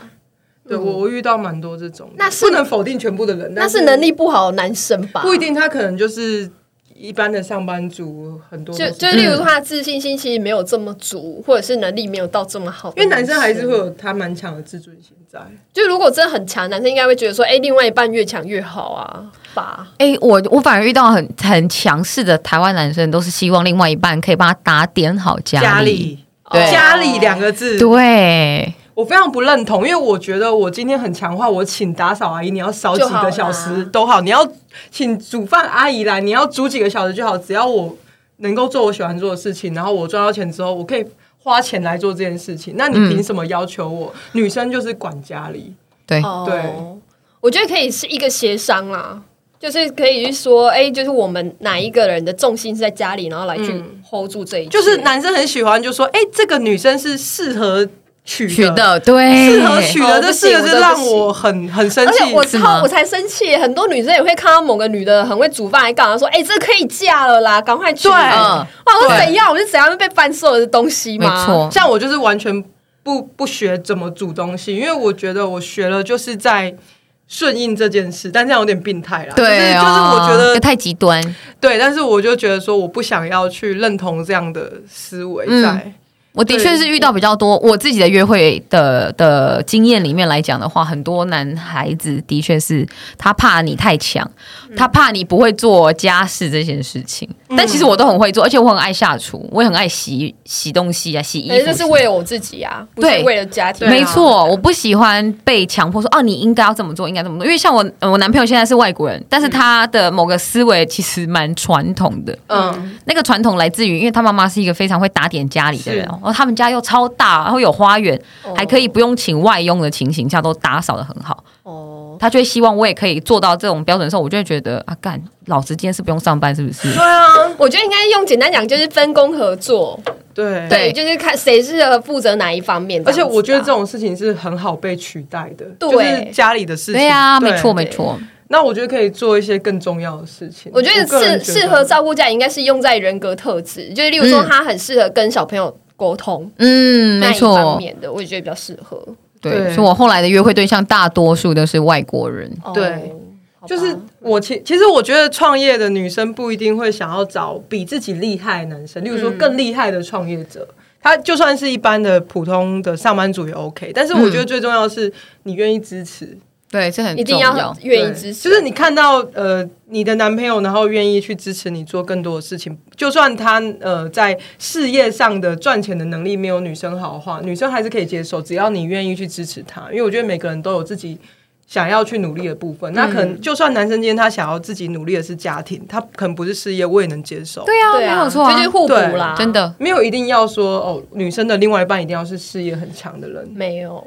[SPEAKER 1] 对我，我遇到蛮多这种的，
[SPEAKER 2] 嗯那是
[SPEAKER 1] 不能否定全部的人，
[SPEAKER 2] 那
[SPEAKER 1] 但
[SPEAKER 2] 是能力不好的男生吧？
[SPEAKER 1] 不一。定，他可能就是一般的上班族，很多
[SPEAKER 2] 就
[SPEAKER 1] 都是
[SPEAKER 2] 就例
[SPEAKER 3] 嗯
[SPEAKER 2] 如说他的自信心其实没有这么足，或者是能力没有到这么好的，
[SPEAKER 1] 因为男生还是会有他蛮强的自尊心在。
[SPEAKER 2] 就如果真的很强，男生应该会觉得说，哎、另外一半越强越好啊，吧？
[SPEAKER 3] 哎、我我反而遇到很很强势的台湾男生，都是希望另外一半可以帮他打点好家里。对
[SPEAKER 1] 哦家里两个字，
[SPEAKER 3] 对，
[SPEAKER 1] 我非常不认同，因为我觉得我今天很强化，我请打扫阿姨，你要扫几个小时都好，你要请煮饭阿姨来，你要煮几个小时就好，只要我能够做我喜欢做的事情，然后我赚到钱之后，我可以花钱来做这件事情，那你
[SPEAKER 3] 嗯
[SPEAKER 1] 凭什么要求我？女生就是管家里，
[SPEAKER 3] 对，
[SPEAKER 2] 哦
[SPEAKER 1] 对，
[SPEAKER 2] 我觉得可以是一个协商啦，就是可以去说，哎、就是我们哪一个人的重心是在家里，然后来去
[SPEAKER 3] 嗯
[SPEAKER 2] hold 住这一切，
[SPEAKER 1] 就是男生很喜欢就说，哎、这个女生是适合娶
[SPEAKER 3] 取
[SPEAKER 1] 的。
[SPEAKER 3] 的哎对，
[SPEAKER 1] 适合娶的，
[SPEAKER 2] 哦
[SPEAKER 1] 这
[SPEAKER 2] 不
[SPEAKER 1] 四
[SPEAKER 2] 行
[SPEAKER 1] 个字
[SPEAKER 2] 我真的
[SPEAKER 1] 让
[SPEAKER 2] 不
[SPEAKER 1] 我很很生
[SPEAKER 2] 而
[SPEAKER 1] 气。
[SPEAKER 2] 且我
[SPEAKER 3] 是吗
[SPEAKER 2] 超我才生气，很多女生也会看到某个女的很会煮饭，还告诉她说：“哎、这可以嫁了啦，赶快去。”哦
[SPEAKER 1] 对
[SPEAKER 3] 嗯
[SPEAKER 2] 哇，我
[SPEAKER 3] 对
[SPEAKER 2] 怎样？我是怎样被贩售的东西
[SPEAKER 3] 没
[SPEAKER 2] 吗？
[SPEAKER 3] 错，
[SPEAKER 1] 像我就是完全不不学怎么煮东西，因为我觉得我学了就是在顺应这件事，但这样有点病态啦。
[SPEAKER 3] 对啊、
[SPEAKER 1] 就是就是我觉
[SPEAKER 3] 这
[SPEAKER 1] 得
[SPEAKER 3] 太极端。
[SPEAKER 1] 对，但是我就觉得说我不想要去认同这样的思维
[SPEAKER 3] 嗯
[SPEAKER 1] 在。
[SPEAKER 3] 我的确
[SPEAKER 1] 对
[SPEAKER 3] 是遇到比较多我自己的约会的的经验里面来讲的话，很多男孩子的确是他怕你太强，
[SPEAKER 2] 嗯
[SPEAKER 3] 他怕你不会做家事这件事情。但其实我都很会做，而且我很爱下厨，我也很爱洗洗东西啊，洗衣
[SPEAKER 2] 哎、
[SPEAKER 3] 服。
[SPEAKER 2] 这是为了我自己啊，不
[SPEAKER 3] 对
[SPEAKER 2] 是为了家庭、
[SPEAKER 3] 没，错，我不喜欢被强迫说哦，你应该要这么做，应该这么做。因为像我，呃我男朋友现在是外国人，
[SPEAKER 2] 嗯
[SPEAKER 3] 但是他的某个思维其实蛮传统的。
[SPEAKER 1] 嗯，
[SPEAKER 3] 那个传统来自于，因为他妈妈是一个非常会打点家里的人，
[SPEAKER 1] 是
[SPEAKER 3] 然后他们家又超大，然后有花园，
[SPEAKER 2] 哦
[SPEAKER 3] 还可以不用请外佣的情形下都打扫的很好。
[SPEAKER 2] 哦，
[SPEAKER 3] 他就会希望我也可以做到这种标准的时候，我就会觉得啊，干，老子今天是不用上班是不是？
[SPEAKER 1] 对啊，
[SPEAKER 2] 我觉得应该用简单讲，就是分工合作，
[SPEAKER 1] 对。
[SPEAKER 3] 对
[SPEAKER 2] 对，就是看谁适合负责哪一方面、
[SPEAKER 1] 而且我觉得这
[SPEAKER 2] 种
[SPEAKER 1] 种事情是很好被取代的，
[SPEAKER 2] 对
[SPEAKER 1] 就是家里的事情。
[SPEAKER 3] 对呀、没错
[SPEAKER 1] 对
[SPEAKER 3] 没错，
[SPEAKER 1] 那我觉得可以做一些更重要的事情。
[SPEAKER 2] 我觉得
[SPEAKER 1] 个人
[SPEAKER 2] 适
[SPEAKER 1] 觉
[SPEAKER 2] 适合照顾家，应该是用在人格特质，就是例如说，
[SPEAKER 3] 嗯
[SPEAKER 2] 他很适合跟小朋友沟通、
[SPEAKER 3] 嗯，
[SPEAKER 2] 那
[SPEAKER 3] 没
[SPEAKER 2] 一方
[SPEAKER 3] 错，
[SPEAKER 2] 面的，我也觉得比较适合。
[SPEAKER 3] 对，
[SPEAKER 1] 对
[SPEAKER 3] 所以我后来的约会对象大多数都是外国人，
[SPEAKER 1] 对
[SPEAKER 2] 哦，好吧
[SPEAKER 1] 就是我其其实我觉得创业的女生不一定会想要找比自己厉害的
[SPEAKER 2] 嗯
[SPEAKER 1] 男生，例如说更厉害的创业者，他就算是一般的普通的上班族也 OK。但是我
[SPEAKER 2] 嗯
[SPEAKER 1] 觉得最重要的是你愿意支持，
[SPEAKER 3] 对，这很
[SPEAKER 2] 一定
[SPEAKER 3] 重
[SPEAKER 2] 要
[SPEAKER 3] 要。
[SPEAKER 2] 愿意
[SPEAKER 1] 对
[SPEAKER 2] 支持，
[SPEAKER 1] 就是你看到呃你的男朋友，然后愿意去支持你做更多的事情，就算他呃在事业上的赚钱的能力没有女生好的话，女生还是可以接受，只要你愿意去支持他，因为我觉得每个人都有自己。想要去努力的部
[SPEAKER 2] 嗯
[SPEAKER 1] 分，那可能就算男生今天他想要自己努力的是家庭，他可能不是事业，我也能接受。
[SPEAKER 3] 对啊，
[SPEAKER 2] 对
[SPEAKER 3] 没
[SPEAKER 2] 啊，
[SPEAKER 3] 有错啊
[SPEAKER 2] 这就是，互补啦，
[SPEAKER 3] 真的。
[SPEAKER 1] 没有一定要说哦，女生的另外一半一定要是事业很强的人。
[SPEAKER 2] 没有。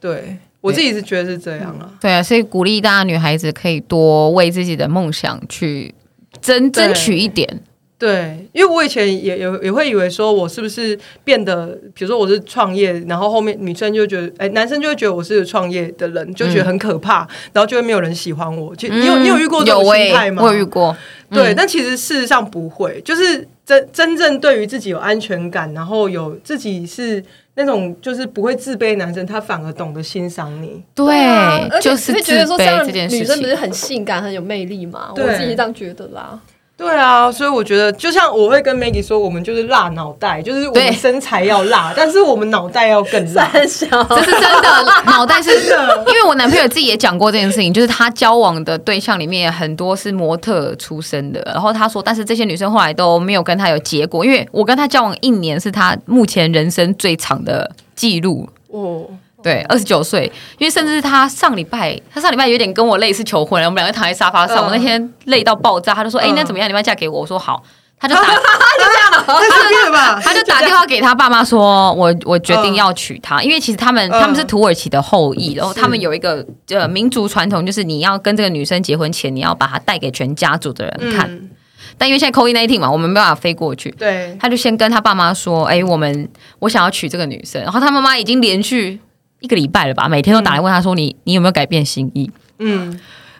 [SPEAKER 1] 对我自己是觉得是这样啊。
[SPEAKER 3] 对啊，所以鼓励大家女孩子可以多为自己的梦想去争
[SPEAKER 1] 对
[SPEAKER 3] 争取一点。
[SPEAKER 1] 对，因为我以前也也也会以为说我是不是变得，比如说我是创业，然后后面女生就觉得，哎，男生就会觉得我是创业的人，就觉得很可怕，然后就会没有人喜欢我。就 你有、
[SPEAKER 3] 嗯
[SPEAKER 1] 你有遇过这
[SPEAKER 3] 有
[SPEAKER 1] 种
[SPEAKER 3] 欸
[SPEAKER 1] 心态吗？
[SPEAKER 3] 我有遇嗯过，
[SPEAKER 1] 对，但其实事实上不会，就是真真正对于自己有安全感，然后有自己是那种就是不会自卑的男生，他反而懂得欣赏你。
[SPEAKER 2] 啊而
[SPEAKER 3] 对，
[SPEAKER 2] 且
[SPEAKER 3] 就是
[SPEAKER 2] 会
[SPEAKER 3] 自
[SPEAKER 2] 觉得说这样
[SPEAKER 3] 卑这件
[SPEAKER 2] 女
[SPEAKER 3] 事
[SPEAKER 2] 生不
[SPEAKER 3] 情。
[SPEAKER 2] 是很性感、很有魅力吗？我
[SPEAKER 1] 对
[SPEAKER 2] 自己这样觉得啦。
[SPEAKER 1] 对啊，所以我觉得，就像我会跟 Maggie 说，我们就是辣脑袋，就是我
[SPEAKER 3] 对
[SPEAKER 1] 们身材要辣，但是我们脑袋要更 辣。
[SPEAKER 2] 小，
[SPEAKER 3] 这是真 的，脑袋是，因为我男朋友自己也讲过这件事情，就是他交往的对象里面很多是模特出身的，然后他说，但是这些女生后来都没有跟他有结果，因为我跟他交往一年是他目前人生最长的记录，
[SPEAKER 1] 哦，
[SPEAKER 3] 对，二十九岁，因为甚至他上礼拜，他上礼拜有点跟我类似求婚，我们两个躺在沙发上，
[SPEAKER 1] 嗯
[SPEAKER 3] 我那天累到爆炸，他就说，哎、
[SPEAKER 1] 嗯
[SPEAKER 3] 那怎么样？你要不要嫁给我？我说好， 他就打，
[SPEAKER 1] 太随便了吧？
[SPEAKER 3] 他就打电话给他爸妈说，我我决定要娶她，因为其实他们
[SPEAKER 1] 嗯
[SPEAKER 3] 他们是土耳其的后裔，然后
[SPEAKER 1] 是
[SPEAKER 3] 他们有一个呃民族传统，就是你要跟这个女生结婚前，你要把她带给全家族的人看。
[SPEAKER 1] 嗯、
[SPEAKER 3] 但因为现在 COVID nineteen 嘛，我们没办法飞过去，
[SPEAKER 1] 对，
[SPEAKER 3] 他就先跟他爸妈说：“哎、我们我想要娶这个女生。”然后他妈妈已经连续一个礼拜了吧，每天都打来问他说：“你你有没有改变心意
[SPEAKER 1] 嗯，？”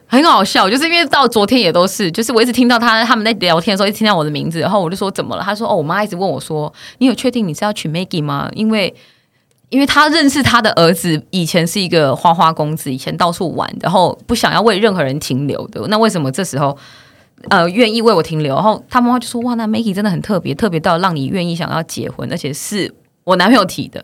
[SPEAKER 3] 很好笑，就是因为到昨天也都是，就是我一直听到他他们在聊天的时候，一直听到我的名字，然后我就说怎么了？他说：“哦，我妈一直问我说，你有确定你是要娶 Maggie 吗？因为。”因为他认识他的儿子以前是一个花花公子，以前到处玩，然后不想要为任何人停留的。那为什么这时候呃愿意为我停留。然后他妈妈就说：“哇，那 Maggie 真的很特别，特别到让你愿意想要结婚，而且是我男朋友提的。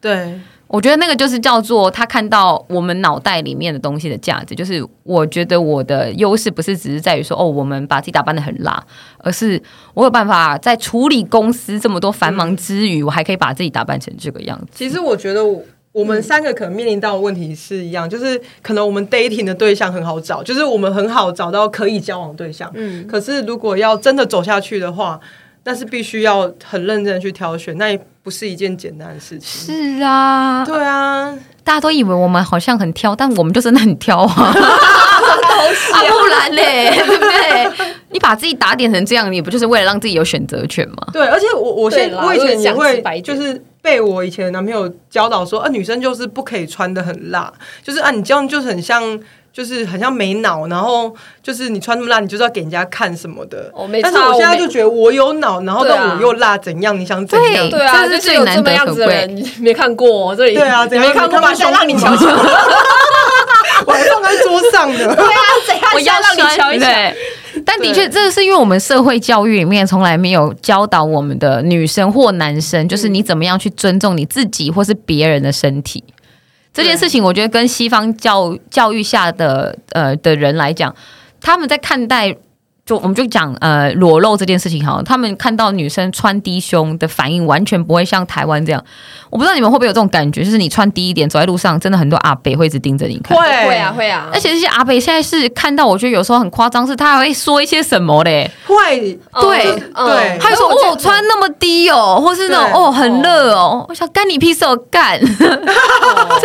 [SPEAKER 1] 对，”
[SPEAKER 3] 我觉得那个就是叫做他看到我们脑袋里面的东西的价值，就是我觉得我的优势不是只是在于说哦，我们把自己打扮的很辣，而是我有办法在处理公司这么多繁忙之余，我还可以把自己打扮成这个样子。
[SPEAKER 1] 其实我觉得我。我们三个可能面临到的问题是一样，就是可能我们 dating 的对象很好找，就是我们很好找到可以交往的对象。嗯，可是如果要真的走下去的话，那是必须要很认真地去挑选，那也不是一件简单的事情。
[SPEAKER 3] 是啊，
[SPEAKER 1] 对啊，
[SPEAKER 3] 大家都以为我们好像很挑，但我们就真的很挑啊。啊，不然嘞，对不对？ 你把自己打点成这样，你不就是为了让自己有选择权吗？
[SPEAKER 1] 对，而且我我
[SPEAKER 2] 对
[SPEAKER 1] 现
[SPEAKER 2] 啦
[SPEAKER 1] 我以
[SPEAKER 2] 如果
[SPEAKER 1] 前也
[SPEAKER 2] 讲直
[SPEAKER 1] 会
[SPEAKER 2] 白一
[SPEAKER 1] 就
[SPEAKER 2] 点
[SPEAKER 1] 是被我以前的男朋友教导说，啊，女生就是不可以穿的很辣，就是啊，你这样就是很像。就是很像没脑，然后就是你穿那么辣，你就是要给人家看什么的。
[SPEAKER 2] 我没
[SPEAKER 1] 但是
[SPEAKER 2] 差
[SPEAKER 1] 哦我现在
[SPEAKER 2] 我没
[SPEAKER 1] 就觉得我有脑，然后
[SPEAKER 2] 对啊
[SPEAKER 1] 但我又辣，怎样？你想怎样？
[SPEAKER 2] 对啊，
[SPEAKER 3] 这是
[SPEAKER 2] 就是有这么
[SPEAKER 3] 最难得
[SPEAKER 2] 样
[SPEAKER 3] 可
[SPEAKER 2] 子的人，你没看过哦这里，
[SPEAKER 1] 对啊
[SPEAKER 2] 你
[SPEAKER 1] 怎样
[SPEAKER 2] 没看过吧？
[SPEAKER 1] 你看过
[SPEAKER 2] 现在让你
[SPEAKER 1] 胸
[SPEAKER 2] 瞧瞧，对
[SPEAKER 1] 我还放在桌上 呢。
[SPEAKER 2] 啊，怎 样？
[SPEAKER 3] 我
[SPEAKER 2] 现
[SPEAKER 3] 要
[SPEAKER 2] 在让你瞧一瞧。
[SPEAKER 3] 对但的确，这是因为我们社会教育里面从来没有教导我们的女生或男生，就是你怎么样去尊重你自己或是别人的身体。这件事情，我觉得跟西方教教育下的呃的人来讲，他们在看待就我们就讲呃裸露这件事情好了，他们看到女生穿低胸的反应完全不会像台湾这样。我不知道你们会不会有这种感觉，就是你穿低一点走在路上，真的很多阿北会一直盯着你看。
[SPEAKER 2] 会啊，会啊，
[SPEAKER 3] 而且这些阿北现在是看到，我觉得有时候很夸张，是他还会说一些什么嘞？
[SPEAKER 1] 会，
[SPEAKER 2] 嗯
[SPEAKER 3] 对
[SPEAKER 2] 嗯
[SPEAKER 1] 对
[SPEAKER 3] 他就说
[SPEAKER 2] 可是我觉得
[SPEAKER 3] 哦，穿那么低哦，或是那
[SPEAKER 1] 对
[SPEAKER 3] 种哦很热哦，我想干你屁事哦，干， 真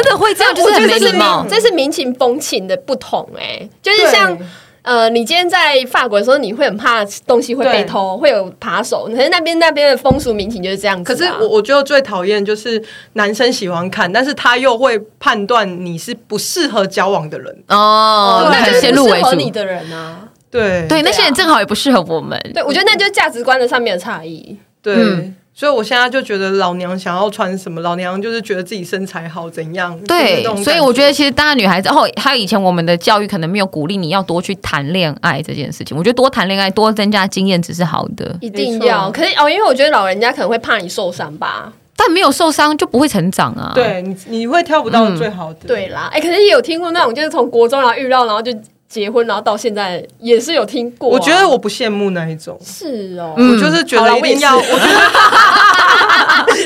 [SPEAKER 3] 的会这样，就是很没礼貌
[SPEAKER 1] 我觉得。
[SPEAKER 2] 这是民情风情的不同哎、就是像
[SPEAKER 1] 对
[SPEAKER 2] 呃，你今天在法国的时候，你会很怕东西会被偷，会有扒手，可是那边那边的风俗民情就是这样子、
[SPEAKER 1] 可
[SPEAKER 2] 啊。
[SPEAKER 1] 是我我觉得最讨厌就是男生喜欢看，但是他又会判断你是不适合交往的人。
[SPEAKER 3] 哦，
[SPEAKER 2] 那
[SPEAKER 3] 很
[SPEAKER 2] 就是
[SPEAKER 3] 先入
[SPEAKER 2] 不
[SPEAKER 3] 为
[SPEAKER 2] 适合
[SPEAKER 3] 主。
[SPEAKER 2] 你的人啊，
[SPEAKER 1] 对
[SPEAKER 3] 对，那
[SPEAKER 2] 对啊
[SPEAKER 3] 些人正好也不适合我们。
[SPEAKER 2] 对我觉得那就是价值观的上面的差异。
[SPEAKER 1] 对，
[SPEAKER 3] 嗯
[SPEAKER 1] 所以我现在就觉得老娘想要穿什么，老娘就是觉得自己身材好怎样。就是
[SPEAKER 3] 对
[SPEAKER 1] 那种，感
[SPEAKER 3] 所以我觉得其实大家女孩子，哦，还有以前我们的教育可能没有鼓励你要多去谈恋爱这件事情。我觉得多谈恋爱，多增加经验只是好的，
[SPEAKER 2] 一定
[SPEAKER 1] 没
[SPEAKER 2] 要，
[SPEAKER 1] 错
[SPEAKER 2] 可是哦，因为我觉得老人家可能会怕你受伤吧。
[SPEAKER 3] 但没有受伤就不会成长啊。
[SPEAKER 1] 对你你会挑不到最好的。
[SPEAKER 3] 嗯
[SPEAKER 2] 对啦，哎、可是也有听过那种，就是从国中然后遇到，然后就结婚，然后到现在也是有听过啊、
[SPEAKER 1] 我觉得我不羡慕那一种，
[SPEAKER 2] 是哦，
[SPEAKER 3] 嗯
[SPEAKER 1] 我就是觉
[SPEAKER 2] 好啦
[SPEAKER 1] 得一定要，
[SPEAKER 2] 我
[SPEAKER 1] 我
[SPEAKER 2] 也
[SPEAKER 1] 觉得
[SPEAKER 2] 是
[SPEAKER 1] 就是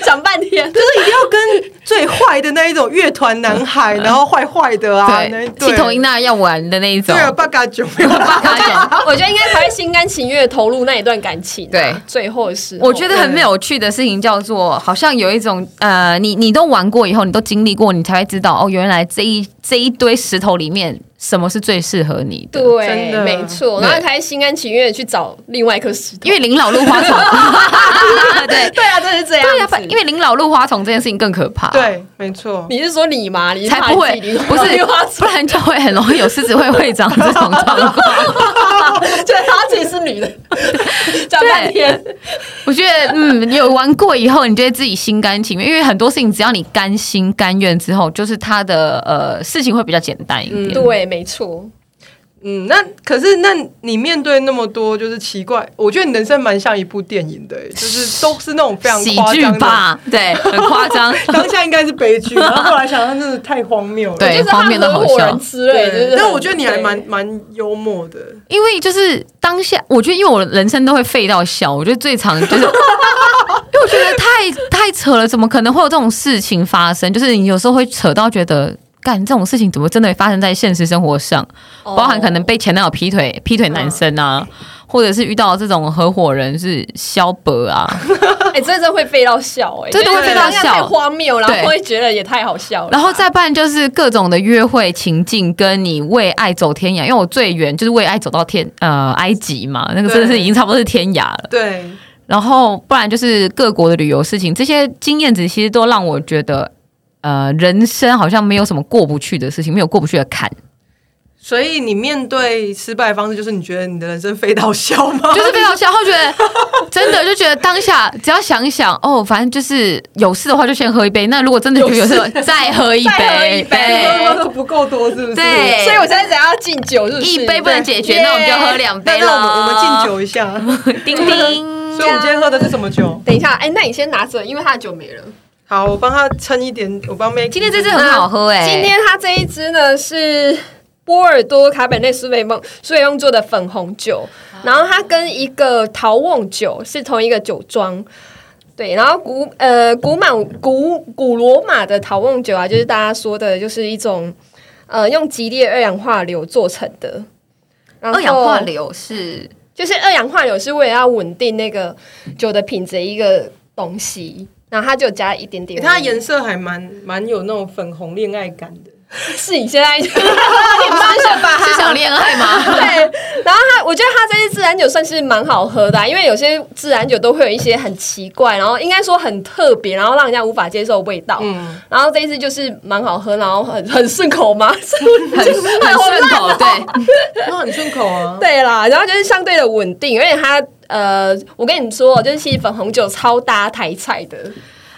[SPEAKER 2] 想半天，
[SPEAKER 1] 一定要跟最坏的那一种乐团男 孩，然后坏坏的啊，那
[SPEAKER 3] 对，气头音那要玩的那一种
[SPEAKER 1] 对， 啊，八嘎九没有啦
[SPEAKER 3] 八嘎九。
[SPEAKER 2] 我觉得应该才会心甘情愿地投入那一段感情、啊
[SPEAKER 3] 对，
[SPEAKER 2] 最后是
[SPEAKER 3] 我觉得很有趣的事情叫做，好像有一种呃，你你都玩过以后，你都经历过，你才会知道哦，原来这一这一堆石头里面什么是最适合你的。
[SPEAKER 1] 真
[SPEAKER 2] 对
[SPEAKER 1] 的，
[SPEAKER 2] 没错，然后才心甘情愿地去找另外一颗石头，
[SPEAKER 3] 因为林老入花丛，对
[SPEAKER 2] 对啊，真的是这样子。
[SPEAKER 3] 对啊，反因为林老入花丛这件事情更可怕。。
[SPEAKER 1] 对，没错。
[SPEAKER 2] 你是说你吗？你是
[SPEAKER 3] 才
[SPEAKER 2] 怕
[SPEAKER 3] 不
[SPEAKER 2] 自
[SPEAKER 3] 会
[SPEAKER 2] 己灵，
[SPEAKER 3] 不
[SPEAKER 2] 魂
[SPEAKER 3] 是
[SPEAKER 2] 被挖，出
[SPEAKER 3] 不
[SPEAKER 2] 来
[SPEAKER 3] 然就会很容易有狮子会会长这种状况。
[SPEAKER 2] 对，他自己是女 的，讲半天，
[SPEAKER 3] 我觉得，嗯，有玩过以后，你就会自己心甘情愿，因为很多事情只要你甘心甘愿之后，就是他的呃事情会比较简单一点。
[SPEAKER 2] 对，没错，
[SPEAKER 1] 嗯，那可是那你面对那么多就是奇怪，我觉得你人生蛮像一部电影的、欸就是都是那种非常
[SPEAKER 3] 喜
[SPEAKER 1] 夸
[SPEAKER 3] 剧
[SPEAKER 1] 张的。
[SPEAKER 3] 吧，对，很夸 张。
[SPEAKER 1] 当下应该是悲剧，然后后来想，他真的太荒谬了。
[SPEAKER 3] 对
[SPEAKER 2] 就是
[SPEAKER 3] 哎方
[SPEAKER 2] 他
[SPEAKER 3] 面都好
[SPEAKER 2] 合伙
[SPEAKER 3] 笑
[SPEAKER 2] 人之类，就是很。
[SPEAKER 1] 但我觉得你还
[SPEAKER 2] 对
[SPEAKER 1] 蛮蛮幽默的，
[SPEAKER 3] 因为就是当下，我觉得因为我人生都会废到笑，我觉得最常就是，因 为我觉得太太扯了，怎么可能会有这种事情发生？就是你有时候会扯到觉得。干这种事情怎么真的会发生在现实生活上？
[SPEAKER 2] 哦
[SPEAKER 3] 包含可能被前男友劈腿、劈腿男生啊，或者是遇到这种合伙人是肖伯啊，
[SPEAKER 2] 哎，真的会废到笑哎，
[SPEAKER 3] 真的
[SPEAKER 1] 会
[SPEAKER 2] 就是
[SPEAKER 1] 废到
[SPEAKER 2] 当下
[SPEAKER 3] 笑
[SPEAKER 2] 太荒谬，然
[SPEAKER 3] 对
[SPEAKER 2] 后会觉得也太好笑了吧。
[SPEAKER 3] 然后再办就是各种的约会情境，跟你为爱走天涯。因为我最远就是为爱走到天呃埃及嘛，那个真的是已经差不多是天涯了。
[SPEAKER 1] 对，
[SPEAKER 3] 然后不然就是各国的旅游事情，这些经验值其实都让我觉得，呃，人生好像没有什么过不去的事情，没有过不去的坎，
[SPEAKER 1] 所以你面对失败的方式，就是你觉得你的人生飞到笑吗？
[SPEAKER 3] 就是非常笑。然后觉得真的就觉得当下只要想一想，哦，反正就是有事的话就先喝一杯。那如果真的觉得有事，再喝一
[SPEAKER 2] 再喝一
[SPEAKER 3] 杯，
[SPEAKER 2] 杯
[SPEAKER 3] 对
[SPEAKER 1] 喝的不够多，是不是？
[SPEAKER 3] 对
[SPEAKER 2] 所以我现在想要敬酒，是不是
[SPEAKER 3] 一杯不能解决，那我们就喝。两
[SPEAKER 1] 那
[SPEAKER 3] 杯
[SPEAKER 1] 那我们我们敬
[SPEAKER 3] 了。嗯
[SPEAKER 1] 酒一下。
[SPEAKER 3] 叮叮，
[SPEAKER 1] 所以我们今天喝的是什么酒？
[SPEAKER 2] 等一下，哎，那你先拿着，因为他的酒没了。
[SPEAKER 1] 好，我帮他称一点，我帮 Maggie
[SPEAKER 3] 今天这支很好喝哎、
[SPEAKER 2] 今天它这一支呢是波尔多卡本内苏维蒙苏维翁做的粉红酒，然后它跟一个陶瓮酒是同一个酒庄。对，然后古呃古满古古罗马的陶瓮酒啊，就是大家说的，就是一种呃用极烈二氧化硫做成的。然后
[SPEAKER 3] 二氧化硫是
[SPEAKER 2] 就是二氧化硫是为了要稳定那个酒的品质的一个东西，然后它就加一点点
[SPEAKER 1] 欸
[SPEAKER 2] 温。
[SPEAKER 1] 它的颜色还蛮蛮有那种粉红恋爱感的。
[SPEAKER 2] 是你现在你慢下吧，
[SPEAKER 3] 是想恋爱吗？
[SPEAKER 2] 对， 然后它，我觉得它这些自然酒算是蛮好喝的啊、因为有些自然酒都会有一些很奇怪，然后应该说很特别，然后让人家无法接受的味道。
[SPEAKER 1] 嗯，
[SPEAKER 2] 然后这一次就是蛮好喝，然后很 很顺口 嘛，是不
[SPEAKER 3] 很
[SPEAKER 2] 是
[SPEAKER 3] 很顺口，对。
[SPEAKER 1] 那很顺口啊。
[SPEAKER 2] 对啦，然后就是相对的稳定，而且它呃，我跟你们说哦，就是其实粉红酒超搭台菜的，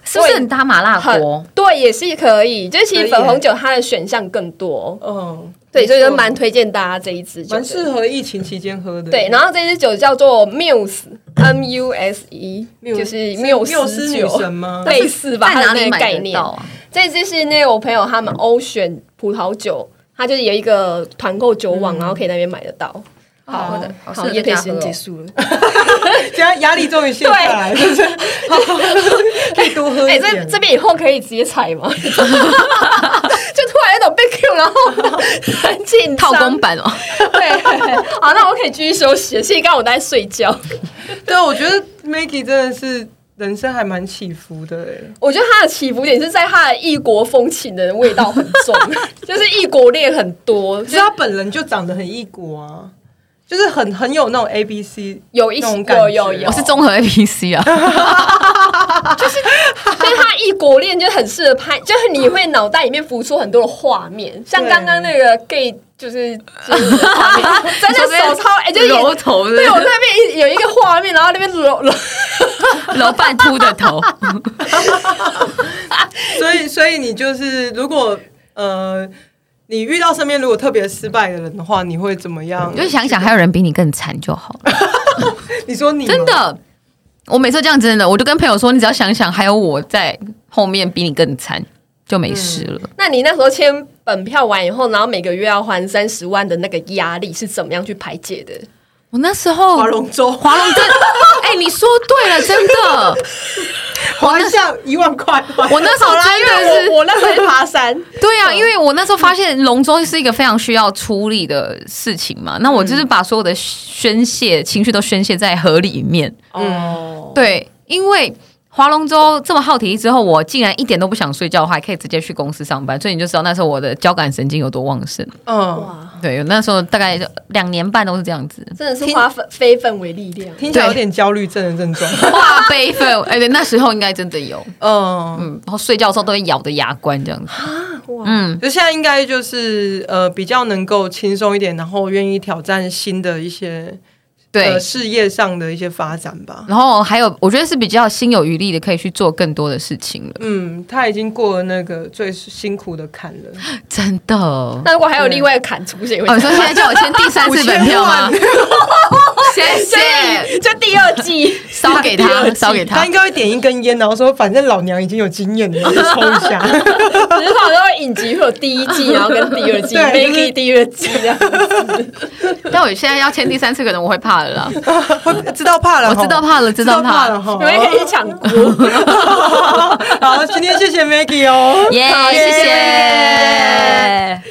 [SPEAKER 3] 是不是很搭麻辣锅
[SPEAKER 2] 很？对，也是可以。就是其
[SPEAKER 1] 可
[SPEAKER 2] 实
[SPEAKER 1] 以
[SPEAKER 2] 粉
[SPEAKER 1] 耶
[SPEAKER 2] 红酒它的选项更多，
[SPEAKER 1] 嗯，
[SPEAKER 2] 对，所以就
[SPEAKER 1] 没错
[SPEAKER 2] 蛮推荐大家这一支酒的，
[SPEAKER 1] 蛮适合疫情期间喝的。
[SPEAKER 2] 对，然后这支酒叫做 Muse M U S E，就是
[SPEAKER 1] 缪
[SPEAKER 2] 缪
[SPEAKER 1] 缪斯
[SPEAKER 2] 斯
[SPEAKER 1] 女
[SPEAKER 2] 酒，
[SPEAKER 1] 神吗？
[SPEAKER 2] 类似吧，
[SPEAKER 3] 在
[SPEAKER 2] 它的
[SPEAKER 3] 哪
[SPEAKER 2] 那
[SPEAKER 3] 里
[SPEAKER 2] 个概
[SPEAKER 3] 买得
[SPEAKER 2] 念
[SPEAKER 3] 到。啊？
[SPEAKER 2] 这支是那个我朋友他们欧选葡萄酒，它就是有一个团购酒网，然后可以那边买得到。
[SPEAKER 3] 好
[SPEAKER 2] 好
[SPEAKER 3] 的好适
[SPEAKER 2] 好，
[SPEAKER 3] 合
[SPEAKER 2] 也可
[SPEAKER 3] 在
[SPEAKER 2] 以
[SPEAKER 3] 家
[SPEAKER 2] 先
[SPEAKER 3] 喝哦
[SPEAKER 2] 结束了。
[SPEAKER 1] 现在压力终于卸下来，就是 可以多喝
[SPEAKER 2] 哎，
[SPEAKER 1] 一
[SPEAKER 2] 这
[SPEAKER 1] 点。
[SPEAKER 2] 这边以后可以直接踩吗？ 就突然有种被 Q，然后 很紧张
[SPEAKER 3] 套公。版哦，
[SPEAKER 2] 对，好，那我可以继续休息了。其实刚刚我都在睡觉。
[SPEAKER 1] 对，啊我觉得 Maggie 真的是人生还蛮起伏的哎。
[SPEAKER 2] 我觉得它的起伏点是在它的异国风情的味道很 重，就是异国恋很多，
[SPEAKER 1] 其实他本人就长得很异国啊，就是很很有那种 A B C，
[SPEAKER 2] 有一
[SPEAKER 1] 那种
[SPEAKER 2] 些
[SPEAKER 1] 感
[SPEAKER 2] 有
[SPEAKER 1] 觉哦
[SPEAKER 2] 有有，
[SPEAKER 3] 我是综合 A P C 啊，
[SPEAKER 2] 就是它异国恋就很适合拍，就是你会脑袋里面浮出很多的画面，像
[SPEAKER 1] 对
[SPEAKER 2] 刚刚那个 gay 就是就是画 面真的手超哎、就是
[SPEAKER 3] 揉
[SPEAKER 2] 眼
[SPEAKER 3] 头
[SPEAKER 2] 对我
[SPEAKER 3] 的，
[SPEAKER 2] 那边有一个画面，然后那边揉揉，
[SPEAKER 3] 揉半秃的头，
[SPEAKER 1] 所以所以你就是如果呃。你遇到身边如果特别失败的人的话，你会怎么样
[SPEAKER 3] 你？就想想还有人比你更惨就好了，
[SPEAKER 1] 你说你吗
[SPEAKER 3] 真，的。我每次这样真的，我就跟朋友说，你只要想想还有我在后面比你更惨，就没事了。
[SPEAKER 2] 那你那时候签本票完以后，然后每个月要还三十万的那个压力是怎么样去排解的？
[SPEAKER 3] 我那时候
[SPEAKER 1] 划龙舟
[SPEAKER 3] 华龙 真，哎，你说对了，真 的。
[SPEAKER 1] 划一下一万块，
[SPEAKER 3] 我那时候真的是
[SPEAKER 2] 我我那时候在爬山，
[SPEAKER 3] 对啊，因为我那时候发现龙舟是一个非常需要出力的事情嘛，那我就是把所有的宣泄情绪都宣泄在河里面。
[SPEAKER 2] 哦，
[SPEAKER 3] 对，因为划龙舟这么耗体力之后，我竟然一点都不想睡觉的话，还可以直接去公司上班，所以你就知道那时候我的交感神经有多旺 盛。
[SPEAKER 1] 嗯，
[SPEAKER 2] 哇，
[SPEAKER 3] 对，那时候大概就两年半都是这样子，
[SPEAKER 2] 真的是化粉非粉为力量。
[SPEAKER 1] 听起来有
[SPEAKER 3] 对嗯
[SPEAKER 1] 点焦虑症的症状。
[SPEAKER 3] 化 悲愤。哎、对，那时候应该真的有，
[SPEAKER 1] 嗯，
[SPEAKER 3] 嗯，然后睡觉的时候都会咬着牙关这样 子。
[SPEAKER 2] 哇，
[SPEAKER 3] 嗯，
[SPEAKER 1] 就现在应该就是呃比较能够轻松一点，然后愿意挑战新的一些
[SPEAKER 3] 对
[SPEAKER 1] 呃、。事业上的一些发展吧。
[SPEAKER 3] 然后还有，我觉得是比较心有余力的，可以去做更多的事情了。
[SPEAKER 1] 嗯，他已经过了那个最辛苦的坎了，
[SPEAKER 3] 真的。哦，
[SPEAKER 2] 那如果还有另外一个坎出现，
[SPEAKER 3] 你说现在叫我签第三次本票吗？谢谢，
[SPEAKER 2] 这这第二季
[SPEAKER 3] 烧给 他，烧给
[SPEAKER 1] 他
[SPEAKER 3] 他
[SPEAKER 1] 应。该会点一根烟，然后说反正老娘已经有经验了，就抽一下。
[SPEAKER 2] 只是好像影集会有第一季，然后跟第 二季
[SPEAKER 1] 对就是
[SPEAKER 2] ，maybe 第二季这样。
[SPEAKER 3] 但我现在要签第三次，可能我会怕了啦。
[SPEAKER 1] 我知道怕了
[SPEAKER 3] 我
[SPEAKER 1] 吼，
[SPEAKER 3] 知道怕了，知
[SPEAKER 1] 知
[SPEAKER 3] 道
[SPEAKER 1] 道
[SPEAKER 3] 怕
[SPEAKER 1] 怕
[SPEAKER 3] 了
[SPEAKER 1] 了。哈
[SPEAKER 2] 你。 们可以抢锅，
[SPEAKER 1] 好，今天谢谢 Maggie 哦，
[SPEAKER 3] 耶，谢谢。